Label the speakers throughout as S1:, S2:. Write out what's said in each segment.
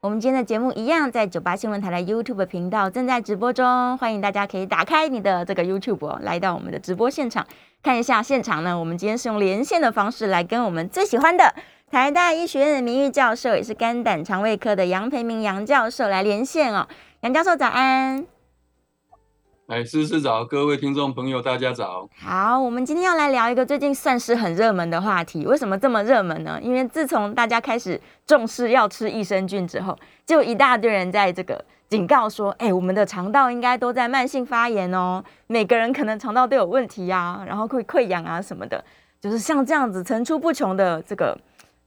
S1: 我们今天的节目一样在九八新闻台的 YouTube 频道正在直播中，欢迎大家可以打开你的这个 YouTube，、哦、来到我们的直播现场，看一下现场呢。我们今天是用连线的方式来跟我们最喜欢的台大医学院的名誉教授，也是肝胆肠胃科的杨培明杨教授来连线哦。杨教授早安。
S2: 哎，思思早，各位听众朋友，大家早。
S1: 好，我们今天要来聊一个最近算是很热门的话题。为什么这么热门呢？因为自从大家开始重视要吃益生菌之后，就一大堆人在这个警告说：“哎、我们的肠道应该都在慢性发炎哦，每个人可能肠道都有问题啊，然后会溃疡啊什么的，就是像这样子层出不穷的这个，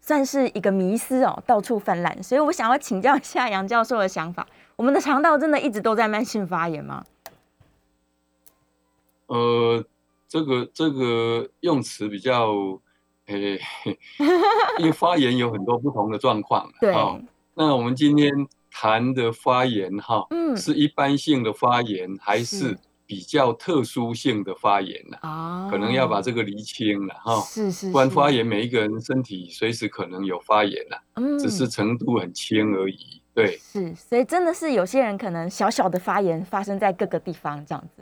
S1: 算是一个迷思哦，到处泛滥。所以我想要请教一下杨教授的想法：我们的肠道真的一直都在慢性发炎吗？
S2: 呃，这个这个用词比较， 诶、因为发炎有很多不同的状况。
S1: 对，
S2: 哦那我们今天谈的发炎哈、
S1: 嗯
S2: 是一般性的发炎还
S1: 是
S2: 是比较特殊性的发炎呢、
S1: 啊
S2: 可能要把这个厘清了哈。
S1: 是是，
S2: 啊不然发
S1: 炎，
S2: 炎，每一个人身体随时可能有发炎呐、
S1: 嗯
S2: 只是程度很轻而已。对，
S1: 是，所以真的是有些人可能小小的发炎发生在各个地方这样子，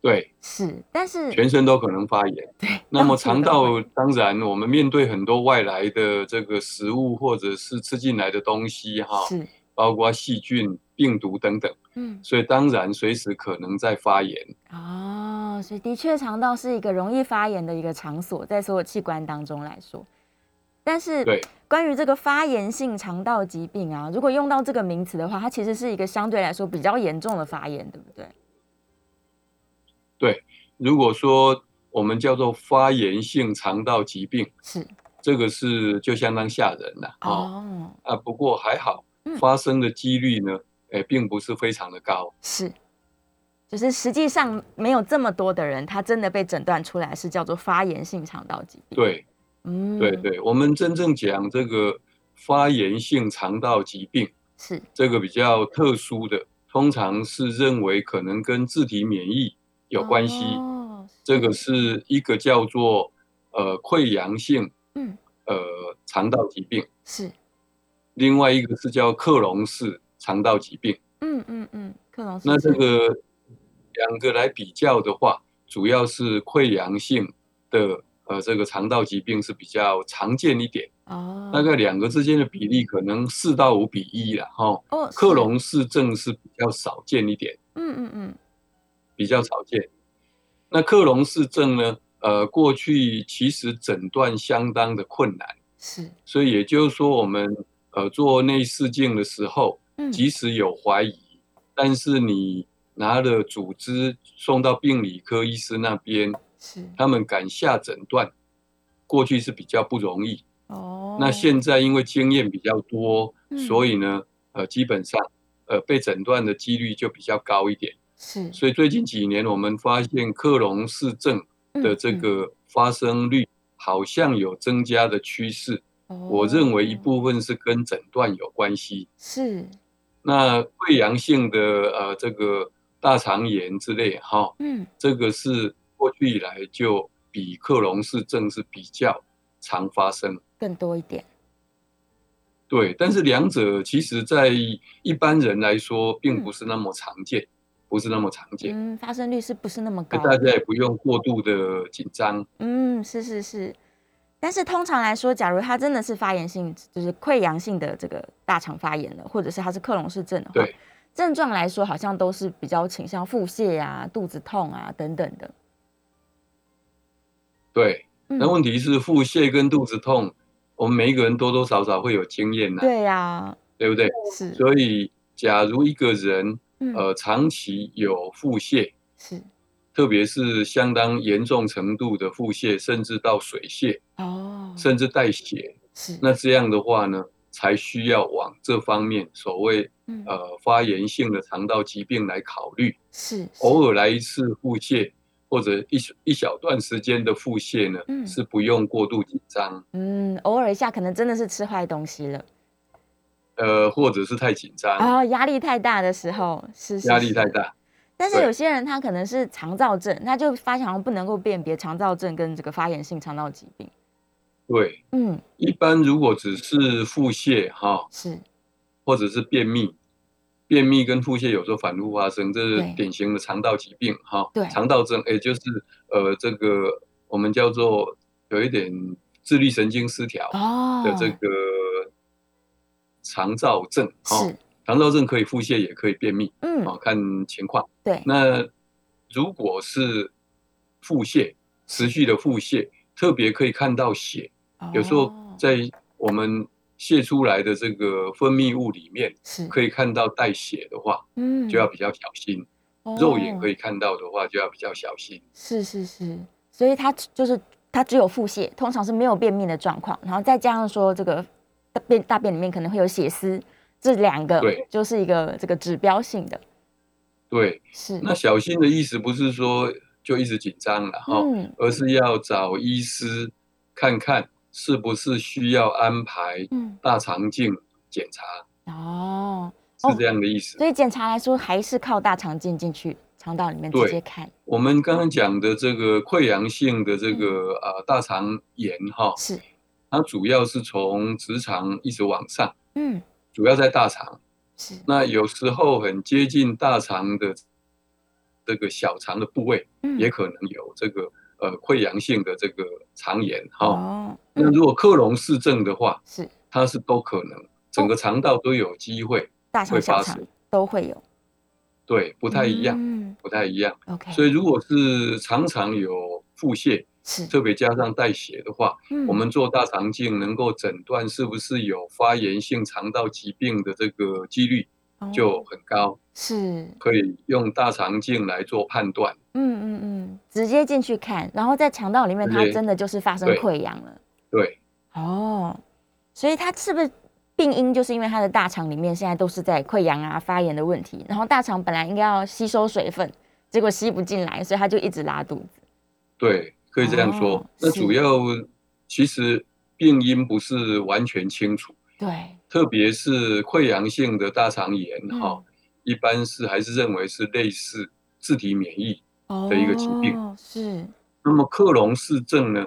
S2: 对，
S1: 是，但是
S2: 全身都可能发炎。
S1: 对，
S2: 那
S1: 到
S2: 么
S1: 处
S2: 肠
S1: 都
S2: 道
S1: 会
S2: 当然，我们面对很多外来的这个食物或者是吃进来的东西哈，
S1: 是，
S2: 包括细菌、病毒等等，
S1: 嗯，
S2: 所以当然随时可能在发炎。
S1: 哦，所以的确肠道是一个容易发炎的一个场所，在所有器官当中来说，但是
S2: 对，
S1: 关于这个发炎性肠道疾病啊，如果用到这个名词的话，它其实是一个相对来说比较严重的发炎，对不对？
S2: 如果说我们叫做发炎性肠道疾病，
S1: 是，
S2: 这个是就相当吓人了哦
S1: 哦，
S2: 啊，不过还好
S1: 嗯，
S2: 发生的几率呢，哎，并不是非常的高。
S1: 是，就是实际上没有这么多的人，他真的被诊断出来是叫做发炎性肠道疾病。
S2: 对，
S1: 嗯，
S2: 对，，对，我们真正讲这个发炎性肠道疾病。
S1: 是，
S2: 这个比较特殊的，通常是认为可能跟自体免疫有关系。
S1: 哦，
S2: 这个是一个叫做呃溃疡性
S1: 嗯，
S2: 呃肠道疾病，
S1: 是，
S2: 另外一个是叫克隆氏肠道疾病。
S1: 嗯嗯嗯，克隆氏
S2: 那这
S1: 症
S2: 个两个来比较的话，主要是溃疡性的呃这个肠道疾病是比较常见一点，
S1: 哦，
S2: 大概两个之间的比例可能四到五比一了哈。齁
S1: 哦
S2: 克
S1: 是，
S2: 隆氏症是比较少见一点。
S1: 嗯嗯嗯，
S2: 比较少见。那克隆氏症呢？呃，过去其实诊断相当的困难，
S1: 是，
S2: 所以也就是说，我们呃做内视镜的时候，
S1: 嗯，
S2: 即使有怀疑，但是你拿了组织送到病理科医师那边，
S1: 是，
S2: 他们敢下诊断，过去是比较不容易。
S1: 哦，
S2: 那现在因为经验比较多，
S1: 嗯
S2: 所以呢，呃，基本上呃被诊断的几率就比较高一点。
S1: 是
S2: 所以最近几年，我们发现克隆氏症的这
S1: 嗯
S2: 个发生率好像有增加的趋势。
S1: 嗯
S2: 我认为一
S1: 哦
S2: 部分是跟诊断有关系。
S1: 是，
S2: 那溃疡性的呃这个大肠炎之类哈、
S1: 嗯，
S2: 这个是过去以来就比克隆氏症是比较常发生。
S1: 更多一点，
S2: 对，但是两者其实在一般人来说，并不是那么常见，不是那么常见。
S1: 嗯，发生率是不是那么高？
S2: 大家也不用过度的紧张。
S1: 嗯，是是是，但是通常来说，假如它真的是发炎性，就是溃疡性的这个大肠发炎了，或者是它是克隆氏症的话
S2: 对，
S1: 症状来说好像都是比较倾向腹泻啊、肚子痛啊等等的。
S2: 对，
S1: 嗯
S2: 那问题是腹泻跟肚子痛，我们每一个人多多少少会有经验呐、
S1: 对呀、啊
S2: 对不对？
S1: 是，
S2: 所以，假如一个人
S1: 嗯，
S2: 呃长期有腹泻，
S1: 是
S2: 特别是相当严重程度的腹泻，甚至到水泻，
S1: 哦，
S2: 甚至带血，
S1: 是
S2: 那这样的话呢，才需要往这方面所谓呃
S1: 嗯
S2: 呃发炎性的肠道疾病来考虑。
S1: 是是
S2: 偶尔来一次腹泻，或者一小一小段时间的腹泻呢，
S1: 嗯
S2: 是不用过度紧张，
S1: 嗯，偶尔一下可能真的是吃坏东西了，
S2: 呃，或者是太紧张，
S1: 哦，压力太大的时候是是
S2: 啊压力
S1: 是
S2: 太大。
S1: 但是
S2: 对
S1: 有些人他可能是肠燥症，他就发现好像不能够辨别肠燥症跟这个发炎性肠道疾病。
S2: 对，
S1: 嗯，
S2: 一般如果只是腹泻哈，
S1: 是，
S2: 或者是便秘，便秘跟腹泻有时候反复发生，这
S1: 对
S2: 是典型的肠道疾病哈。
S1: 对
S2: 肠道症，也就是呃这个我们叫做有一点自律神经失调
S1: 哦
S2: 的这个肠燥症哈。
S1: 是，
S2: 肠燥症可以腹泻，也可以便秘，
S1: 嗯，
S2: 哦，看情况。
S1: 对，
S2: 那如果是腹泻，持续的腹泻，特别可以看到血，有时候
S1: 哦
S2: 在我们泄出来的这个分泌物里面，
S1: 是，
S2: 可以看到带血的话，
S1: 嗯
S2: 就要比较小心；肉眼可
S1: 以，
S2: 以看到的话，就要比较小心。
S1: 哦是是是，所以他就是他只有腹泻，通常是没有便秘的状况，然后再加上说这个大便大便里面可能会有血丝，这两个
S2: 对
S1: 就是一个这个指标性的，
S2: 对，
S1: 是，
S2: 那小心的意思不是说就一直紧张了哈，
S1: 嗯
S2: 而是要找医师看看是不是需要安排
S1: 嗯，
S2: 大肠镜检查，
S1: 哦，
S2: 是这样的意思。
S1: 所以检查来说还是靠大肠镜进去肠道里面直
S2: 对
S1: 接看，
S2: 我们刚刚讲的这个溃疡性的这个
S1: 嗯
S2: 呃大肠炎哈，
S1: 是，
S2: 它主要是从直肠一直往上，
S1: 嗯，
S2: 主要在大肠。
S1: 是，
S2: 那有时候很接近大肠的这个小肠的部位，
S1: 嗯
S2: 也可能有这个呃溃疡性的这个肠炎哈。
S1: 哦，
S2: 那如果克隆氏症的话，
S1: 是
S2: 它是都可能，整个肠道都有机会，
S1: 大肠
S2: 会
S1: 小
S2: 发
S1: 肠
S2: 生
S1: 都会有，
S2: 对，不
S1: 不
S2: 太一样，
S1: 嗯
S2: 不太一样。
S1: ，OK，
S2: 所以如果是常常有腹泻，
S1: 是，
S2: 特别加上带血的话，
S1: 嗯
S2: 我们做大肠镜能够诊断是不是有发炎性肠道疾病的这个几率就
S1: 哦
S2: 很高，
S1: 是，嗯
S2: 可以用大肠镜来做判断。
S1: 嗯嗯，直接进去看，然后在肠道里面，
S2: 直
S1: 它
S2: 接
S1: 真的就是发生
S2: 对
S1: 溃疡了，
S2: 对，
S1: 哦，所以它是不是？病因就是因为它的大肠里面现在都是在溃疡啊、发炎的问题，然后大肠本来应该要吸收水分，结果吸不进来，所以它就一直拉肚子。
S2: 对，可以这样说。
S1: 哦
S2: 那
S1: 是
S2: 主要其实病因不是完全清楚，
S1: 对，
S2: 特别是溃疡性的大肠炎
S1: 嗯
S2: 哈、一般是还是认为是类似自体免疫。
S1: 的
S2: 的一个疾病
S1: 哦、是
S2: 那么克隆氏症呢，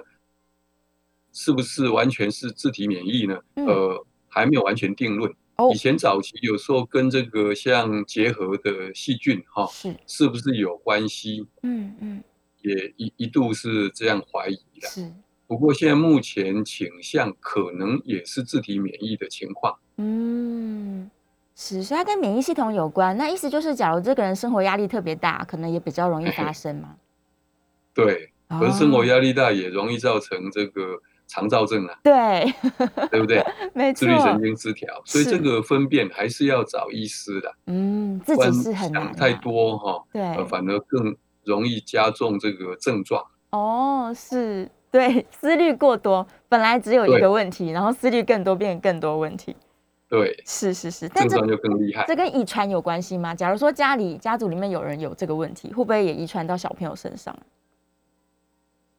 S2: 是不是完全是自体免疫呢？
S1: 嗯
S2: 呃，还没有完全定论。
S1: 哦
S2: 以前早期有时候跟这个像结核的细菌哈、
S1: 是，
S2: 是不是有关系？
S1: 嗯嗯
S2: 也一一度是这样怀疑的。
S1: 是，
S2: 不过现在目前倾向可能也是自体免疫的情况。
S1: 嗯是，所以它跟免疫系统有关。那意思就是，假如这个人生活压力特别大，可能也比较容易发生嘛。
S2: 对， 可是生活
S1: 哦
S2: 压力大也容易造成这个肠燥症啊，
S1: 对，
S2: 对不对？
S1: 没
S2: 自
S1: 错，
S2: 律神经失调，所以
S1: 是
S2: 这个分辨还是要找医师的。
S1: 嗯，自
S2: 不然
S1: 己是很难
S2: 想
S1: 啊
S2: 太多哈、呃，
S1: 对
S2: 反而更容易加重这个症状。
S1: 哦，是对 思虑过多，本来只有一
S2: 对
S1: 个问题，然后思虑更多，变成更多问题。
S2: 对，
S1: 是是是，但
S2: 症
S1: 这
S2: 状就更厉害。
S1: 这跟遗传有关系吗？假如说家里家族里面有人有这个问题，会不会也遗传到小朋友身上啊？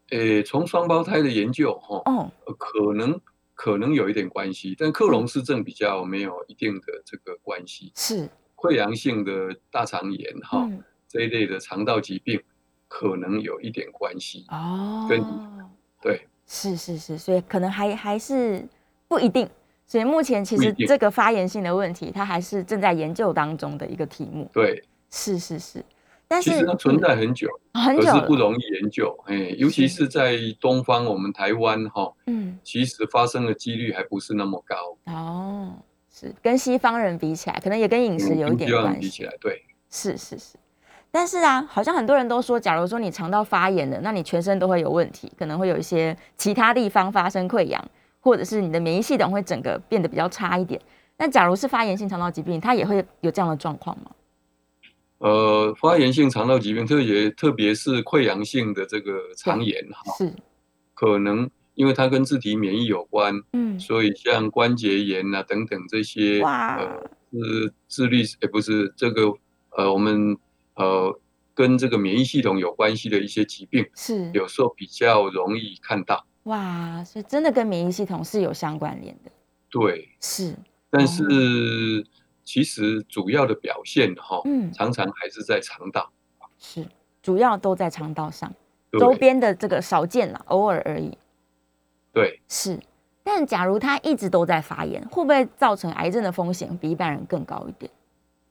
S2: 诶，从双胞胎的研究哈、
S1: 哦，嗯
S2: 呃可能可能有一点关系，但克隆氏症比较没有一定的这个关系。
S1: 是，
S2: 溃疡性的大肠炎哈、
S1: 嗯，
S2: 这一类的肠道疾病，可能有一点关系。
S1: 哦，
S2: 跟对，
S1: 是是是，所以可能还还是不一定。所以目前其
S2: 不一
S1: 实
S2: 定
S1: 这个发炎性的问题，它还是正在研究当中的一个题目。
S2: 对，
S1: 是是是，但
S2: 其
S1: 是
S2: 实它存在很久，
S1: 嗯很
S2: 可
S1: 久
S2: 是不
S1: 了，
S2: 容易研究。哎，尤其
S1: 是
S2: 是在东方，我们台湾哈、
S1: 嗯，
S2: 其实发生的几率还不是那么高。
S1: 哦，是跟西方人比起来，可能也跟饮食
S2: 嗯
S1: 有一
S2: 跟
S1: 点
S2: 西方人
S1: 关
S2: 比起
S1: 系。
S2: 来，对
S1: 是是是，但是啊，好像很多人都说，假如说你肠道发炎了，那你全身都会有问题，可能会有一些其他地方发生溃疡，或者是你的免疫系统会整个变得比较差一点。那假如是发炎性肠道疾病，它也会有这样的状况吗？
S2: 呃，发炎性肠道疾病，特别特别是溃疡性的这个肠炎哈，
S1: 是，
S2: 可能因为它跟自体免疫有关，
S1: 嗯，
S2: 所以像关节炎啊等等这些，
S1: 哇
S2: 呃，是自律，也、不是这个，呃，我们呃跟这个免疫系统有关系的一些疾病，
S1: 是
S2: 有时候比较容易看到。
S1: 哇，所以真的跟免疫系统是有相关联的，
S2: 对，
S1: 是，
S2: 但是其实主要的表现哈、
S1: 哦嗯，
S2: 常常还是在肠道
S1: 是，主要都在肠道上，
S2: 对
S1: 周边的这个少见啦，偶尔而已，
S2: 对，
S1: 是。但假如它一直都在发炎，会不会造成癌症的风险比一般人更高一点？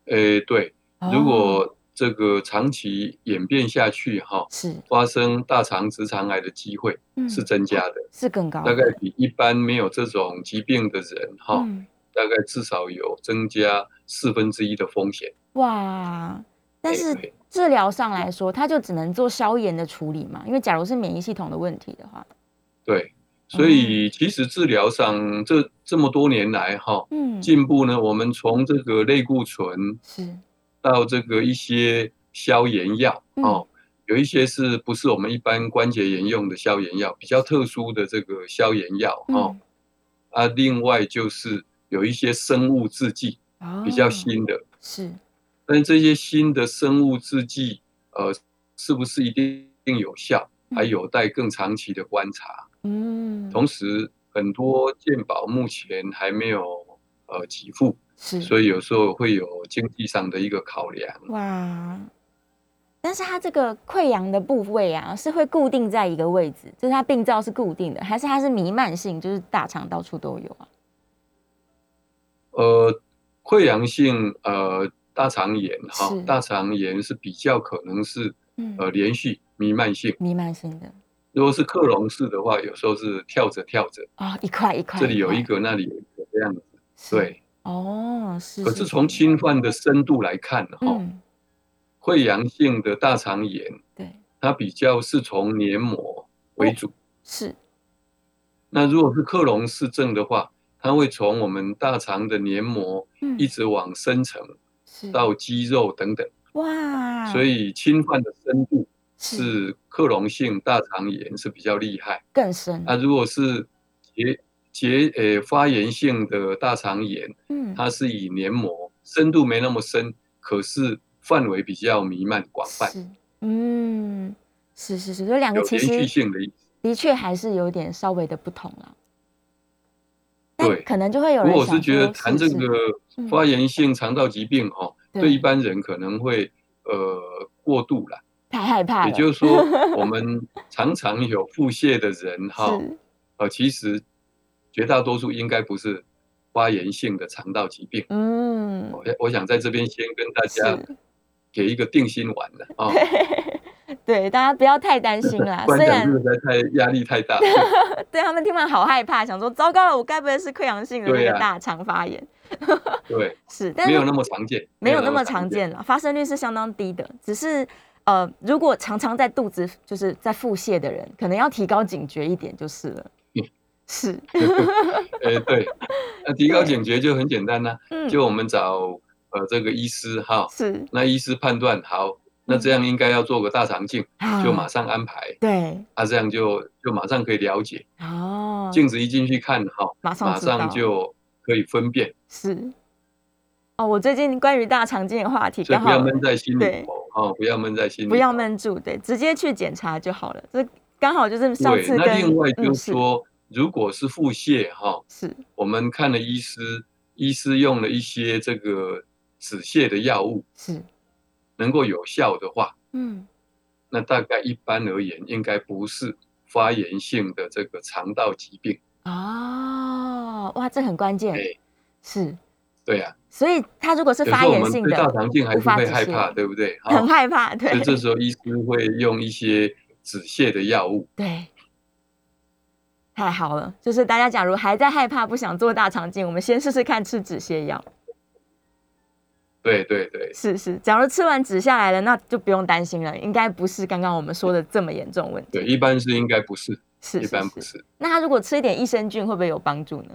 S2: 呃，对，如
S1: 哦
S2: 果这个长期演变下去哈、
S1: 是
S2: 发生大肠直肠癌的机会
S1: 嗯
S2: 是增加的，
S1: 是更高的，
S2: 大概比一般没有这种疾病的人哈、
S1: 嗯
S2: 大概至少有增加四分之一的风险。
S1: 哇，但
S2: 哎
S1: 是
S2: 对
S1: 治疗上来说，它就只能做消炎的处理嘛，因为假如是免疫系统的问题的话，
S2: 对，
S1: 哦
S2: 所以其实治疗上这这么多年来哈，
S1: 嗯，
S2: 进步呢，我们从这个类固醇
S1: 是
S2: 到这个一些消炎药
S1: 嗯
S2: 哦，有一些是不是我们一般关节炎用的消炎药，比较特殊的这个消炎药
S1: 嗯
S2: 哦，啊，另外就是有一些生物制剂
S1: 嗯
S2: 比较
S1: 哦
S2: 新的，
S1: 是
S2: 但是这些新的生物制剂，呃，是不是一定有效，还
S1: 嗯
S2: 有待更长期的观察。
S1: 嗯，
S2: 同时，很多健保目前还没有呃给付，
S1: 是
S2: 所以有时候会有经济上的一个考量。
S1: 哇，但是它这个溃疡的部位啊，是会固定在一个位置，就是它病灶是固定的，还是它是弥漫性，就是大肠到处都有啊？
S2: 呃，溃疡性呃大肠炎哈
S1: 是，
S2: 大肠炎是比较可能是
S1: 嗯，
S2: 呃连续弥漫性。
S1: 弥漫性的
S2: 如果是克隆式的话，有时候是跳着跳着，
S1: 哦，一块一块，
S2: 这里有一
S1: 块
S2: 个，那里有一个这样子。
S1: 是
S2: 对，
S1: 哦，是，
S2: 可是从侵犯的深度来看哈，
S1: 嗯，
S2: 溃疡性的大肠炎
S1: 对，
S2: 它比较是从黏膜为
S1: 哦
S2: 主。
S1: 是
S2: 那如果是克隆氏症的话，它会从我们大肠的黏膜
S1: 嗯
S2: 一直往深层
S1: 是
S2: 到肌肉等等，
S1: 哇，
S2: 所以侵犯的深度
S1: 是
S2: 是克隆性大肠炎是比较厉害。
S1: 更深，
S2: 那如果是结结呃发炎性的大肠炎，
S1: 嗯，
S2: 它是以黏膜深度没那么深，可是范围比较弥漫广泛，
S1: 是，嗯，是是是，这两
S2: 有
S1: 个其
S2: 连续
S1: 实
S2: 性的意思。
S1: 的确还是有点稍微的不同啦。但
S2: 对
S1: 可能就会有
S2: 不
S1: 人
S2: 过我
S1: 想
S2: 是觉得
S1: 说
S2: 谈这
S1: 是不是
S2: 个
S1: 嗯
S2: 发炎性肠道疾病哈、哦，
S1: 对
S2: 对一般人可能会呃过度了，
S1: 太害怕
S2: 也
S1: 了，
S2: 就是 说我们常常有腹泻的人哈、
S1: 是
S2: 呃，其实绝大多数应该不是发炎性的肠道疾病。
S1: 嗯，
S2: 我我想在这边先跟大家
S1: 是
S2: 给一个定心丸 了啊，
S1: 对，大家不要太担心 啦。
S2: 不
S1: 虽
S2: 然讲
S1: 然
S2: 这个实在太压力太 大。
S1: 对他们听完好害怕，想说糟糕了，我该不会是溃疡性的
S2: 对
S1: 那个
S2: 啊
S1: 大肠发炎？
S2: 对，
S1: 是，但
S2: 没有
S1: 是
S2: 那么常见，
S1: 没有那么常。见了，发生率是相当低的。只是呃，如果常常在肚子就是在腹泻的人，可能要提高警觉一点就是了
S2: 嗯。
S1: 是，
S2: 哎， 对，那提高警觉就很简单啦，
S1: 嗯，
S2: 就我们找呃这个医师哈，
S1: 是
S2: 那医师判断好，那这样应该要做个大肠镜，
S1: 嗯啊
S2: 就马上安排，
S1: 对
S2: 啊，这样就就马上可以了解，
S1: 哦，
S2: 镜子一进去看哈，
S1: 马上
S2: 马
S1: 知道
S2: 上就可以分辨，
S1: 是哦。我最近关于大肠镜的话题，
S2: 所以
S1: 刚
S2: 不要
S1: 好
S2: 闷在心
S1: 对
S2: 里头哦，不要闷在心里，
S1: 不要。闷住，对，直接去检查就好了。这刚好就是上
S2: 对，
S1: 次
S2: 那
S1: 跟
S2: 另外就
S1: 嗯
S2: 是说，如果是腹泻哈，
S1: 是是
S2: 我们看了医师，医师用了一些这个止泻的药物，
S1: 是，
S2: 能够有效的话，
S1: 嗯，
S2: 那大概一般而言应该不是发炎性的这个肠道疾病，
S1: 哦，哇，这很关键，
S2: 哎，
S1: 是，
S2: 对啊呀、
S1: 所以他如果是
S2: 有时
S1: 发
S2: 候我
S1: 炎
S2: 们
S1: 性
S2: 对大
S1: 的，
S2: 肠镜还
S1: 无
S2: 是
S1: 法
S2: 会
S1: 止
S2: 害
S1: 泻
S2: 怕，对不 对？哈
S1: 很害怕，
S2: 所
S1: 对
S2: 以这时候医师会用一些止泻的药物，
S1: 对。太好了，就是大家假如还在害怕不想做大肠镜，我们先试试看吃止泻药。
S2: 对对对
S1: 是是，假如吃完止下来了，那就不用担心了，应该不是刚刚我们说的这么严重的问题。
S2: 对，一般是应该不是，
S1: 是
S2: 一般
S1: 是
S2: 不
S1: 是。
S2: 是。
S1: 那他如果吃一点益生菌，会不会有帮助呢？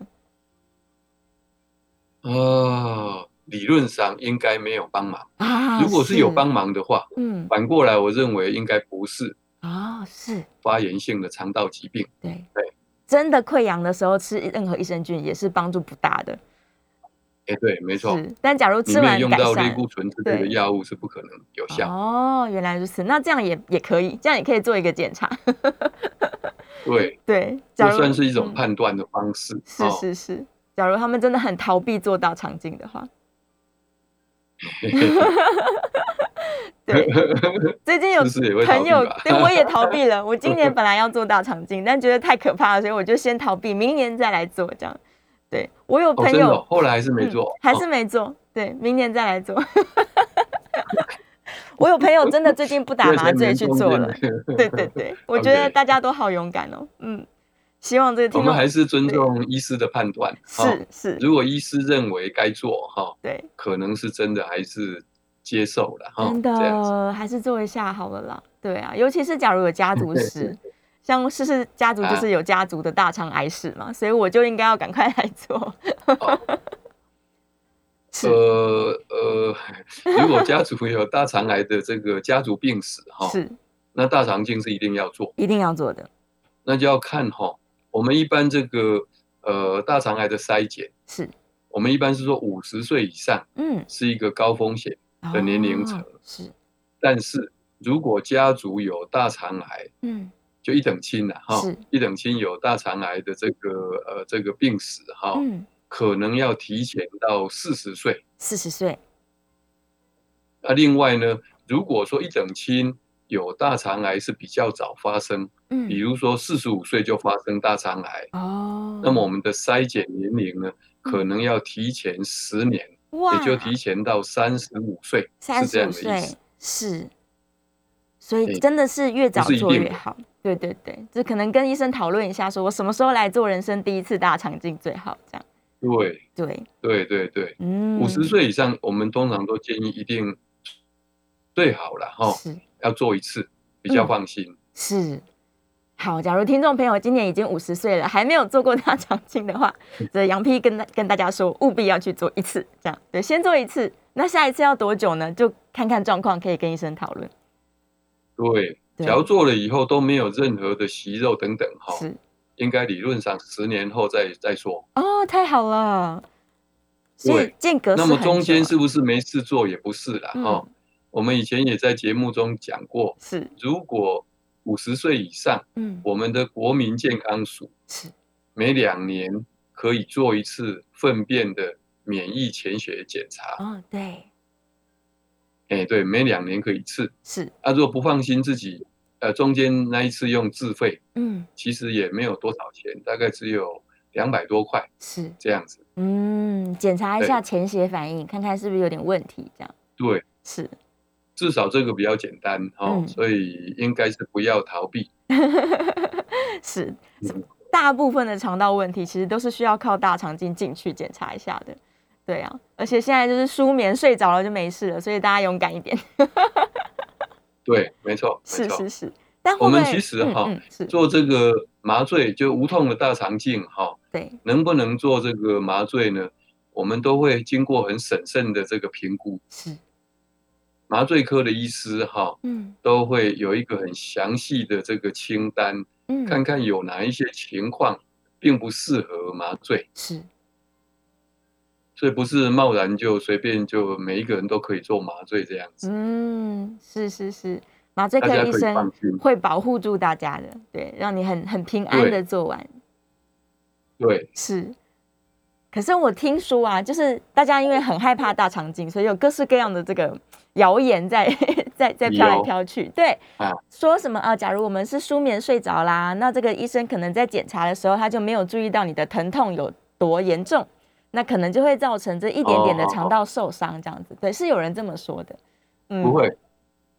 S2: 哦，理论上应该没有帮忙。
S1: 啊
S2: 如果是有帮，忙的话，
S1: 嗯，
S2: 反过来我认为应该不是
S1: 哦，是
S2: 发炎性的肠道疾病，
S1: 对
S2: 对，
S1: 真的溃疡的时候吃任何益生菌也是帮助不大的。
S2: 哎，对，没错，
S1: 是，但假如
S2: 里
S1: 吃
S2: 面
S1: 完
S2: 用
S1: 改
S2: 到类
S1: 善，
S2: 固醇之类的
S1: 对
S2: 药物是不可能有效。
S1: 哦，原来如此，那这样也也可以，这样也可以做一个检查。
S2: 对，
S1: 对，假
S2: 这
S1: 如
S2: 算是一种
S1: 嗯
S2: 判断的方式。哦
S1: 是是是，假如他们真的很逃避做大肠镜的 话，对，最近有
S2: 是不是也会逃
S1: 朋
S2: 避
S1: 友
S2: 吧
S1: 对我也逃避了，我今年本来要做大肠镜，但觉得太可怕了，所以我就先逃避，明年再来做这样。对我有
S2: 哦，
S1: 朋
S2: 真的
S1: 友、
S2: 哦，后来还是没
S1: 嗯
S2: 做，
S1: 还
S2: 哦
S1: 是没做，对，明年再来做。 我有朋友真的最近不打
S2: 因为
S1: 麻
S2: 前
S1: 醉
S2: 面
S1: 去
S2: 中
S1: 做
S2: 间
S1: 了，
S2: 的
S1: 对对对，我觉得
S2: OK
S1: 大家都好勇敢哦，嗯，希望这个听
S2: 我们
S1: 众
S2: 还是尊重医师的判断。哦
S1: 是是，
S2: 如果医师认为该做哈、
S1: 对，
S2: 可能是真的还是接受了哈、
S1: 真
S2: 哦这样子。
S1: 的哦还是做一下好了啦。对啊，尤其是假如有家
S2: 嗯
S1: 族史，像诗诗家族就
S2: 啊
S1: 是有家族的大肠癌史嘛，所以我就应该要赶快来做。是，
S2: 哦呃呃，如果家族有大肠癌的这个家族病史哈、
S1: 是
S2: 那大肠镜是一定要做，
S1: 一定要做的，
S2: 那就要看哈、我们一般这个呃大肠癌的筛检，
S1: 是，
S2: 我们一般是说五十岁以上
S1: 嗯，
S2: 是一个高风险，的年龄层
S1: 哦是，
S2: 但是如果家族有大肠癌，
S1: 嗯，
S2: 就一等亲了哈
S1: 是，
S2: 一等亲有大肠癌的这个呃这个病史哈，
S1: 嗯，
S2: 可能要提前到四十岁。
S1: 四十岁，
S2: 那另外呢，如果说一等亲有大肠癌是比较早发生，比
S1: 嗯，
S2: 如说四十五岁就发生大肠癌，
S1: 哦，
S2: 那么我们的筛检年龄呢，可能要提前十年，
S1: 嗯哇，
S2: 也就提前到三十五岁，
S1: 三
S2: 是这
S1: 十
S2: 样
S1: 五
S2: 的意思
S1: 岁。是，所以
S2: 对
S1: 真的是越早
S2: 不是一
S1: 做
S2: 定
S1: 越
S2: 的
S1: 好。对对对，就可能跟医生讨论一下，说我什么时候来做人生第一次大肠镜最好，这样。
S2: 对
S1: 对，
S2: 对对对，
S1: 嗯，
S2: 五十岁以上，我们通常都建议一定最好了哈。
S1: 是
S2: 要做一次，比较
S1: 嗯
S2: 放心。
S1: 是。好，假如听众朋友今年已经五十岁了，还没有做过大肠镜的 话，这杨批跟大跟大家说，务必要去做一次，这样对，先做一次。那下一次要多久呢？就看看状况，可以跟医生讨论。
S2: 对，
S1: 对
S2: 只要做了以后都没有任何的息肉等等哈，
S1: 是
S2: 应该理论上十年后再再说。
S1: 哦，太好了。所以
S2: 对
S1: 间隔是
S2: 那么
S1: 很
S2: 中
S1: 久
S2: 间
S1: 啊
S2: 是不哦是没事做也不是啦哈、
S1: 嗯
S2: 我们以前也在节目中讲过，
S1: 是
S2: 如果五十岁以上，
S1: 嗯
S2: 我们的国民健康署
S1: 是
S2: 每两年可以做一次粪便的免疫潜血检查。
S1: 哦，对，
S2: 哎、对，每两年可以一次。
S1: 是，
S2: 啊，如果不放心自己，呃，中间那一次用自费，
S1: 嗯，
S2: 其实也没有多少钱，大概只有两百多块
S1: 是，
S2: 这样子。
S1: 嗯，检查一
S2: 对
S1: 下潜血反应，看看是不是有点问题，这样
S2: 对，
S1: 是
S2: 至少这个比较简单哦，
S1: 嗯
S2: 所以应该是不要逃避。
S1: 是
S2: 嗯，
S1: 大部分的肠道问题其实都是需要靠大肠镜进去检查一下的，对啊，而且现在就是舒眠，睡着了就没事了，所以大家勇敢一点，
S2: 对，没错，没
S1: 是
S2: 错
S1: 是。是，但会
S2: 我
S1: 不
S2: 们
S1: 会
S2: 其实哈
S1: 嗯嗯是
S2: 做这个麻醉就无痛的大肠镜哈，
S1: 对，
S2: 能不能做这个麻醉呢？我们都会经过很审慎的这个评估，
S1: 是，
S2: 麻醉科的医师哈
S1: 嗯
S2: 都会有一个很详细的这个清单，
S1: 嗯，
S2: 看看有哪一些情况并不适合麻醉。
S1: 是
S2: 所以不是贸然就随便就每一个人都可以做麻醉这样子，
S1: 嗯，是是是，麻醉
S2: 大
S1: 科
S2: 家
S1: 医
S2: 可以
S1: 生
S2: 放心。
S1: 会保护住大家的，对，让你很很平安
S2: 对
S1: 的做完。
S2: 对，
S1: 是，可是我听说啊，就是大家因为很害怕大肠镜，所以有各式各样的这个 谣言在在在飘来
S2: 有
S1: 飘去。对，
S2: 啊
S1: 说什么啊？假如我们是舒眠睡着啦，那这个医生可能在检查的时候他就没有注意到你的疼痛有多严重，那可能就会造成这一点点的
S2: 哦
S1: 肠道受伤，这样子。对，是有人这么说的。嗯
S2: 不，会，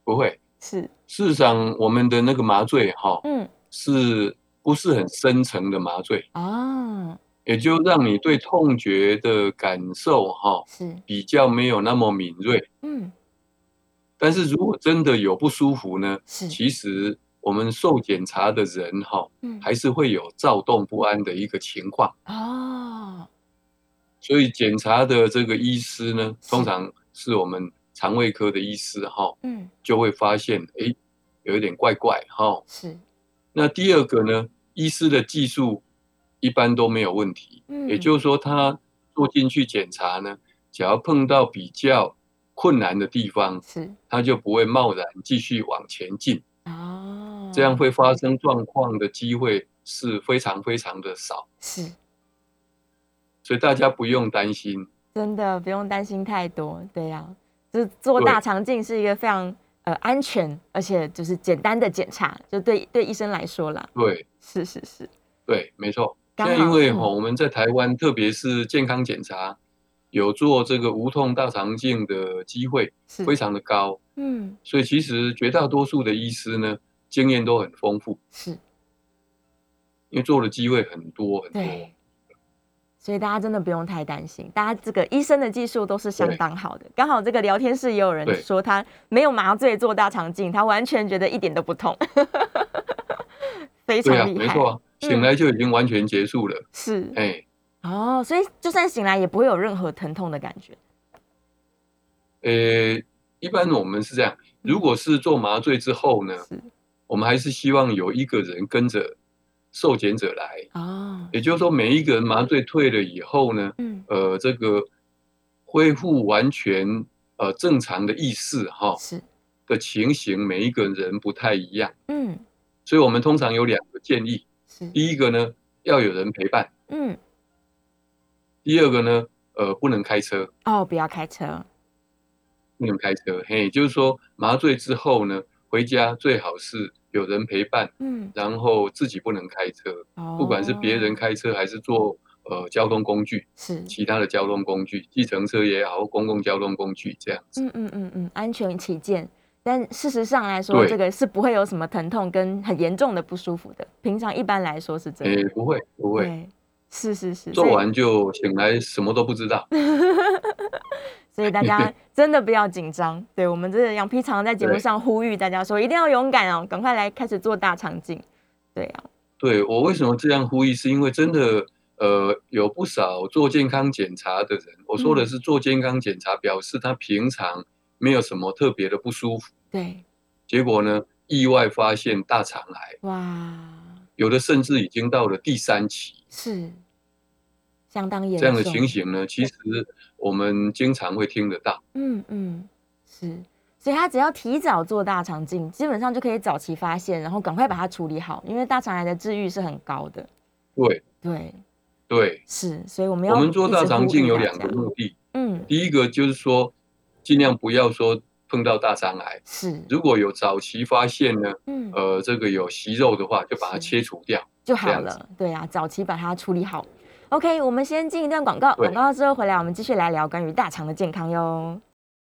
S2: 不会。
S1: 是，
S2: 事实上，我们的那个麻醉哈、
S1: 嗯，
S2: 是不是很深层的麻醉？
S1: 哦，
S2: 也就让你对痛觉的感受哈、
S1: 是，
S2: 比较没有那么敏锐。
S1: 嗯，
S2: 但是如果真的有不舒服呢，
S1: 是，
S2: 其实我们受检查的人哈、
S1: 嗯，
S2: 还是会有躁动不安的一个情况。
S1: 哦，
S2: 所以检查的这个医师呢，
S1: 是
S2: 通常是我们肠胃科的医师哈，
S1: 嗯，
S2: 就会发现诶有一点怪怪哈。
S1: 是，
S2: 那第二个呢，医师的技术一般都没有问题，
S1: 嗯，
S2: 也就是说他做进去检查呢，只要碰到比较困难的地方，
S1: 是
S2: 它就不会贸然继续往前进，
S1: 哦，
S2: 这样会发生状况的机会是非常非常的少，
S1: 是
S2: 所以大家不用担心。
S1: 真的不用担心太多，对呀、就是做大肠镜是一个非常呃安全，而且就是简单的检查，就对对医生来说啦，
S2: 对
S1: 是是是，
S2: 对，没错。
S1: 刚
S2: 现
S1: 好
S2: 在因为
S1: 嗯
S2: 哈，我们在台湾，特别是健康检查，有做这个无痛大肠镜的机会
S1: 是
S2: 非常的高，
S1: 嗯
S2: 所以其实绝大多数的医师呢，经验都很丰富，
S1: 是
S2: 因为做的机会很多很多。
S1: 对。所以大家真的不用太担心，大家这个医生的技术都是相当好的。刚好这个聊天室也有人
S2: 对
S1: 说他没有麻醉做大肠镜，他完全觉得一点都不痛， 非常
S2: 对啊，
S1: 厉害。嗯
S2: 没错啊，醒来就已经完全结束了。
S1: 是
S2: 哎
S1: 哦，所以就算醒来也不会有任何疼痛的感觉。
S2: 呃，一般我们是这样，如果是做麻醉之后呢，
S1: 嗯是
S2: 我们还是希望有一个人跟着受检者来，
S1: 哦，
S2: 也就是说，每一个人麻醉退了以后呢，
S1: 嗯，
S2: 呃，这个恢复完全呃正常的意识哈
S1: 是，
S2: 的情形，每一个人不太一样，
S1: 嗯
S2: 所以我们通常有两个建议，
S1: 是，
S2: 第一个呢要有人陪伴，
S1: 嗯
S2: 第二个呢呃不能开车，
S1: 哦，不要开车，
S2: 不能开车，嘿，就是说麻醉之后呢，回家最好是有人陪伴，
S1: 嗯，
S2: 然后自己不能开车，
S1: 哦，
S2: 不管是别人开车还是坐呃交通工具，
S1: 是，
S2: 其他的交通工具，计程车也好，公共交通工具这样子。
S1: 嗯嗯嗯嗯，安全起见。但事实上来说，
S2: 对
S1: 这个是不会有什么疼痛跟很严重的不舒服的。平常一般来说是这
S2: 诶、
S1: 样，
S2: 不会不会，
S1: 对，是是是。
S2: 做
S1: 所以
S2: 完就醒来什么都不知道。
S1: 所以大 家真的不要紧张。对我们这个杨皮常常在节目
S2: 对
S1: 上呼吁大家说，一定要勇敢哦，赶快来开始做大肠镜。对啊，
S2: 对我为什么这样呼吁，是因为真的。呃，有不少做健康检查的人，我说的
S1: 嗯
S2: 是做健康检查，表示他平常没有什么特别的不舒服，
S1: 对，
S2: 结果呢，意外发现大肠癌，
S1: 哇，
S2: 有的甚至已经到了第三期。
S1: 是相当严
S2: 这样的
S1: 重。
S2: 情形呢，其实我们经常会听得到。
S1: 嗯嗯，是。所以他只要提早做大肠镜，基本上就可以早期发现，然后赶快把它处理好，因为大肠癌的治愈是很高的。
S2: 对
S1: 对，
S2: 对，
S1: 是，所以我们要
S2: 我们做
S1: 一直
S2: 大肠镜
S1: 呼吁
S2: 有
S1: 大
S2: 两个
S1: 家
S2: 目的，
S1: 嗯，
S2: 第一个就是说，尽量不要说碰到大肠癌，
S1: 是，
S2: 如果有早期发现呢，
S1: 嗯，
S2: 呃，这个有息肉的话，就把它
S1: 是
S2: 切除掉。
S1: 就
S2: 这
S1: 好
S2: 样子
S1: 了。对啊，早期把它处理好。OK，我们先进一段广告，
S2: 对
S1: 广告之后回来，我们继续来聊关于大肠的健康哟。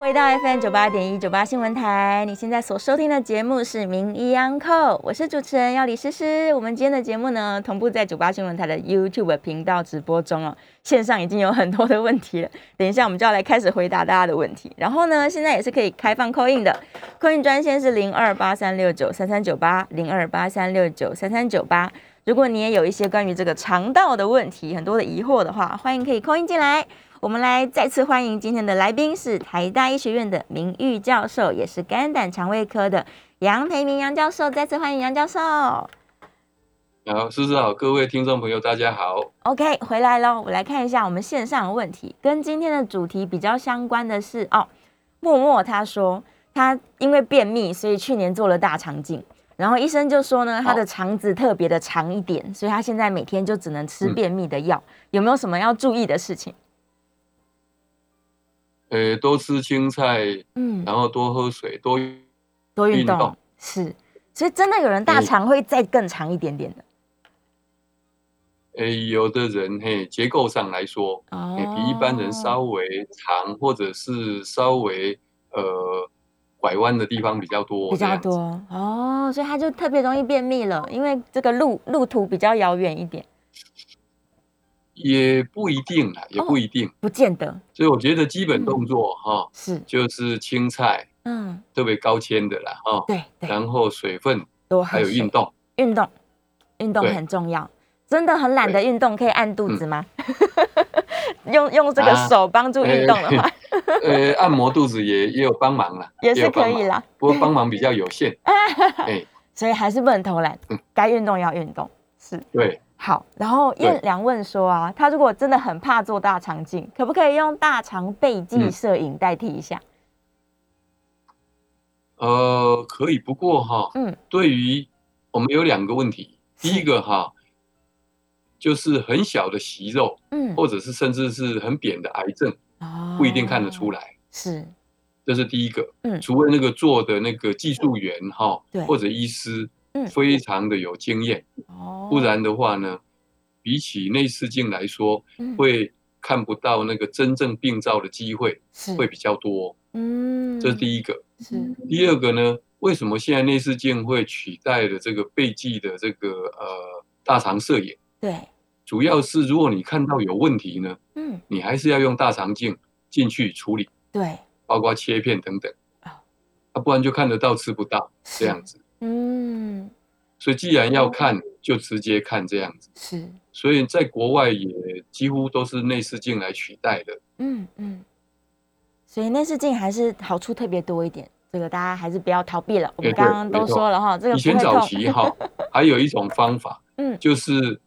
S1: 回到 FM 九八点一九八新闻台，你现在所收听的节目是《名医央叩》，我是主持人要李诗诗。我们今天的节目呢，同步在九八新闻台的 YouTube 频道直播中哦，线上已经有很多的问题了。等一下，我们就要来开始回答大家的问题。然后呢，现在也是可以开放扣印的，扣印专线是零二八三六九三三九八零二八三六九三三九八。如果你也有一些关于这个肠道的问题、很多的疑惑的话，欢迎可以 call in 进来。我们来再次欢迎今天的来宾是台大医学院的名誉教授，也是肝胆肠胃科的杨培明杨教授，再次欢迎杨教授。
S2: 然后，思思好，各位听众朋友，大家好。
S1: OK，回来喽，我来看一下我们线上的问题，跟今天的主题比较相关的是哦，默默他说他因为便秘，所以去年做了大肠镜，然后医生就说呢，他的肠子特别的长一点，所以他现在每天就只能吃
S2: 嗯
S1: 便秘的药，有没有什么要注意的事情？
S2: 呃，多吃青菜，
S1: 嗯，
S2: 然后多喝水，多
S1: 多运
S2: 运
S1: 动
S2: 动
S1: 是，所以真的有人大
S2: 嗯
S1: 肠会再更长一点点的
S2: 呃，有的人嘿，结构上来说，
S1: 哦
S2: 诶比一般人稍微长，或者是稍微呃拐弯的地方比较多，
S1: 比
S2: 这
S1: 较
S2: 样子。
S1: 多哦，所以他就特别容易便秘了，因为这个路路途比较遥远一点，
S2: 也不一定啦，也
S1: 哦嗯
S2: 不一定。
S1: 不见得
S2: 所以我觉得基本动作哈、
S1: 是，
S2: 就是青菜，
S1: 嗯，
S2: 特别高纤的啦哈、
S1: 对对，
S2: 然后水分，
S1: 多喝
S2: 还有运
S1: 水，
S2: 动。
S1: 运动，运动
S2: 对
S1: 很重要。真的很懒得
S2: 对
S1: 运动，可以按肚子吗？ 用用这个
S2: 啊
S1: 手帮助运动的 话，
S2: 呃，按摩肚子也也有帮忙啦，
S1: 也是
S2: 有帮
S1: 可以
S2: 忙，
S1: 啦。
S2: 不过帮忙比 较有限。哎，
S1: 所以还是不能偷懒，该运动要运动。是，
S2: 对
S1: 好，然后
S2: 嗯对
S1: 燕良问说啊，他如果真的很怕做大肠镜，可不可以用大肠背剂
S2: 嗯
S1: 摄影代替一下？
S2: 呃，可以，不过哈，
S1: 嗯，
S2: 对于我们有两个问题，第一个哈，就是很小的息肉，
S1: 嗯，
S2: 或者是甚至是很扁的癌症，不一定看得出
S1: 来。
S2: 来，
S1: 哦是，
S2: 这是第一个。
S1: 嗯
S2: 除非那个做的那个技术员哈
S1: 对，
S2: 或者医师
S1: 嗯，
S2: 非常的有经验，
S1: 哦
S2: 不然的话呢，比起内视镜来说，
S1: 嗯
S2: 会看不到那个真正病灶的机会
S1: 是
S2: 会比较多，
S1: 嗯，
S2: 这是第一个。
S1: 是
S2: 第二个呢，为什么现在内视镜会取代了这个背剂的这个呃大肠摄影？
S1: 对，
S2: 主要是如果你看到有问题呢，
S1: 嗯，
S2: 你还是要用大肠镜进去处理，
S1: 对，
S2: 包括切片等等
S1: 啊
S2: 啊，不然就看得到吃不到这样子。
S1: 嗯，
S2: 所以既然要看，就直接看这样子。
S1: 是，
S2: 所以在国外也几乎都是内视镜来取代的。
S1: 嗯嗯，所以内视镜还是好处特别多一点，这个大家还是不要逃避了。我们
S2: 对
S1: 刚刚都
S2: 没错
S1: 说了哈，这个哎
S2: 以
S1: 不
S2: 前
S1: 会
S2: 早
S1: 痛，
S2: 期哈，还有一种方法，
S1: 嗯
S2: 就是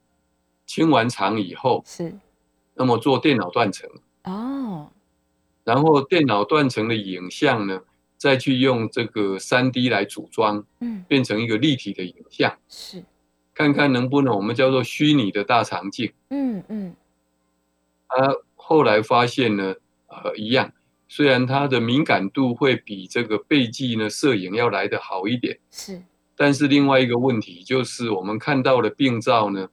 S2: 清完肠以后，
S1: 是
S2: 那么做电脑断层。
S1: 哦，
S2: 然后电脑断层的影像呢，再去用这个3 D 来组装，
S1: 嗯
S2: 变成一个立体的影像，
S1: 是，
S2: 看看能不能我们叫做虚拟的大肠镜。
S1: 嗯嗯
S2: 啊，后来发现呢，呃，一样，虽然它的敏感度会比这个背记呢摄影要来得好一点，
S1: 是，
S2: 但是另外一个问题就是我们看到的病灶呢，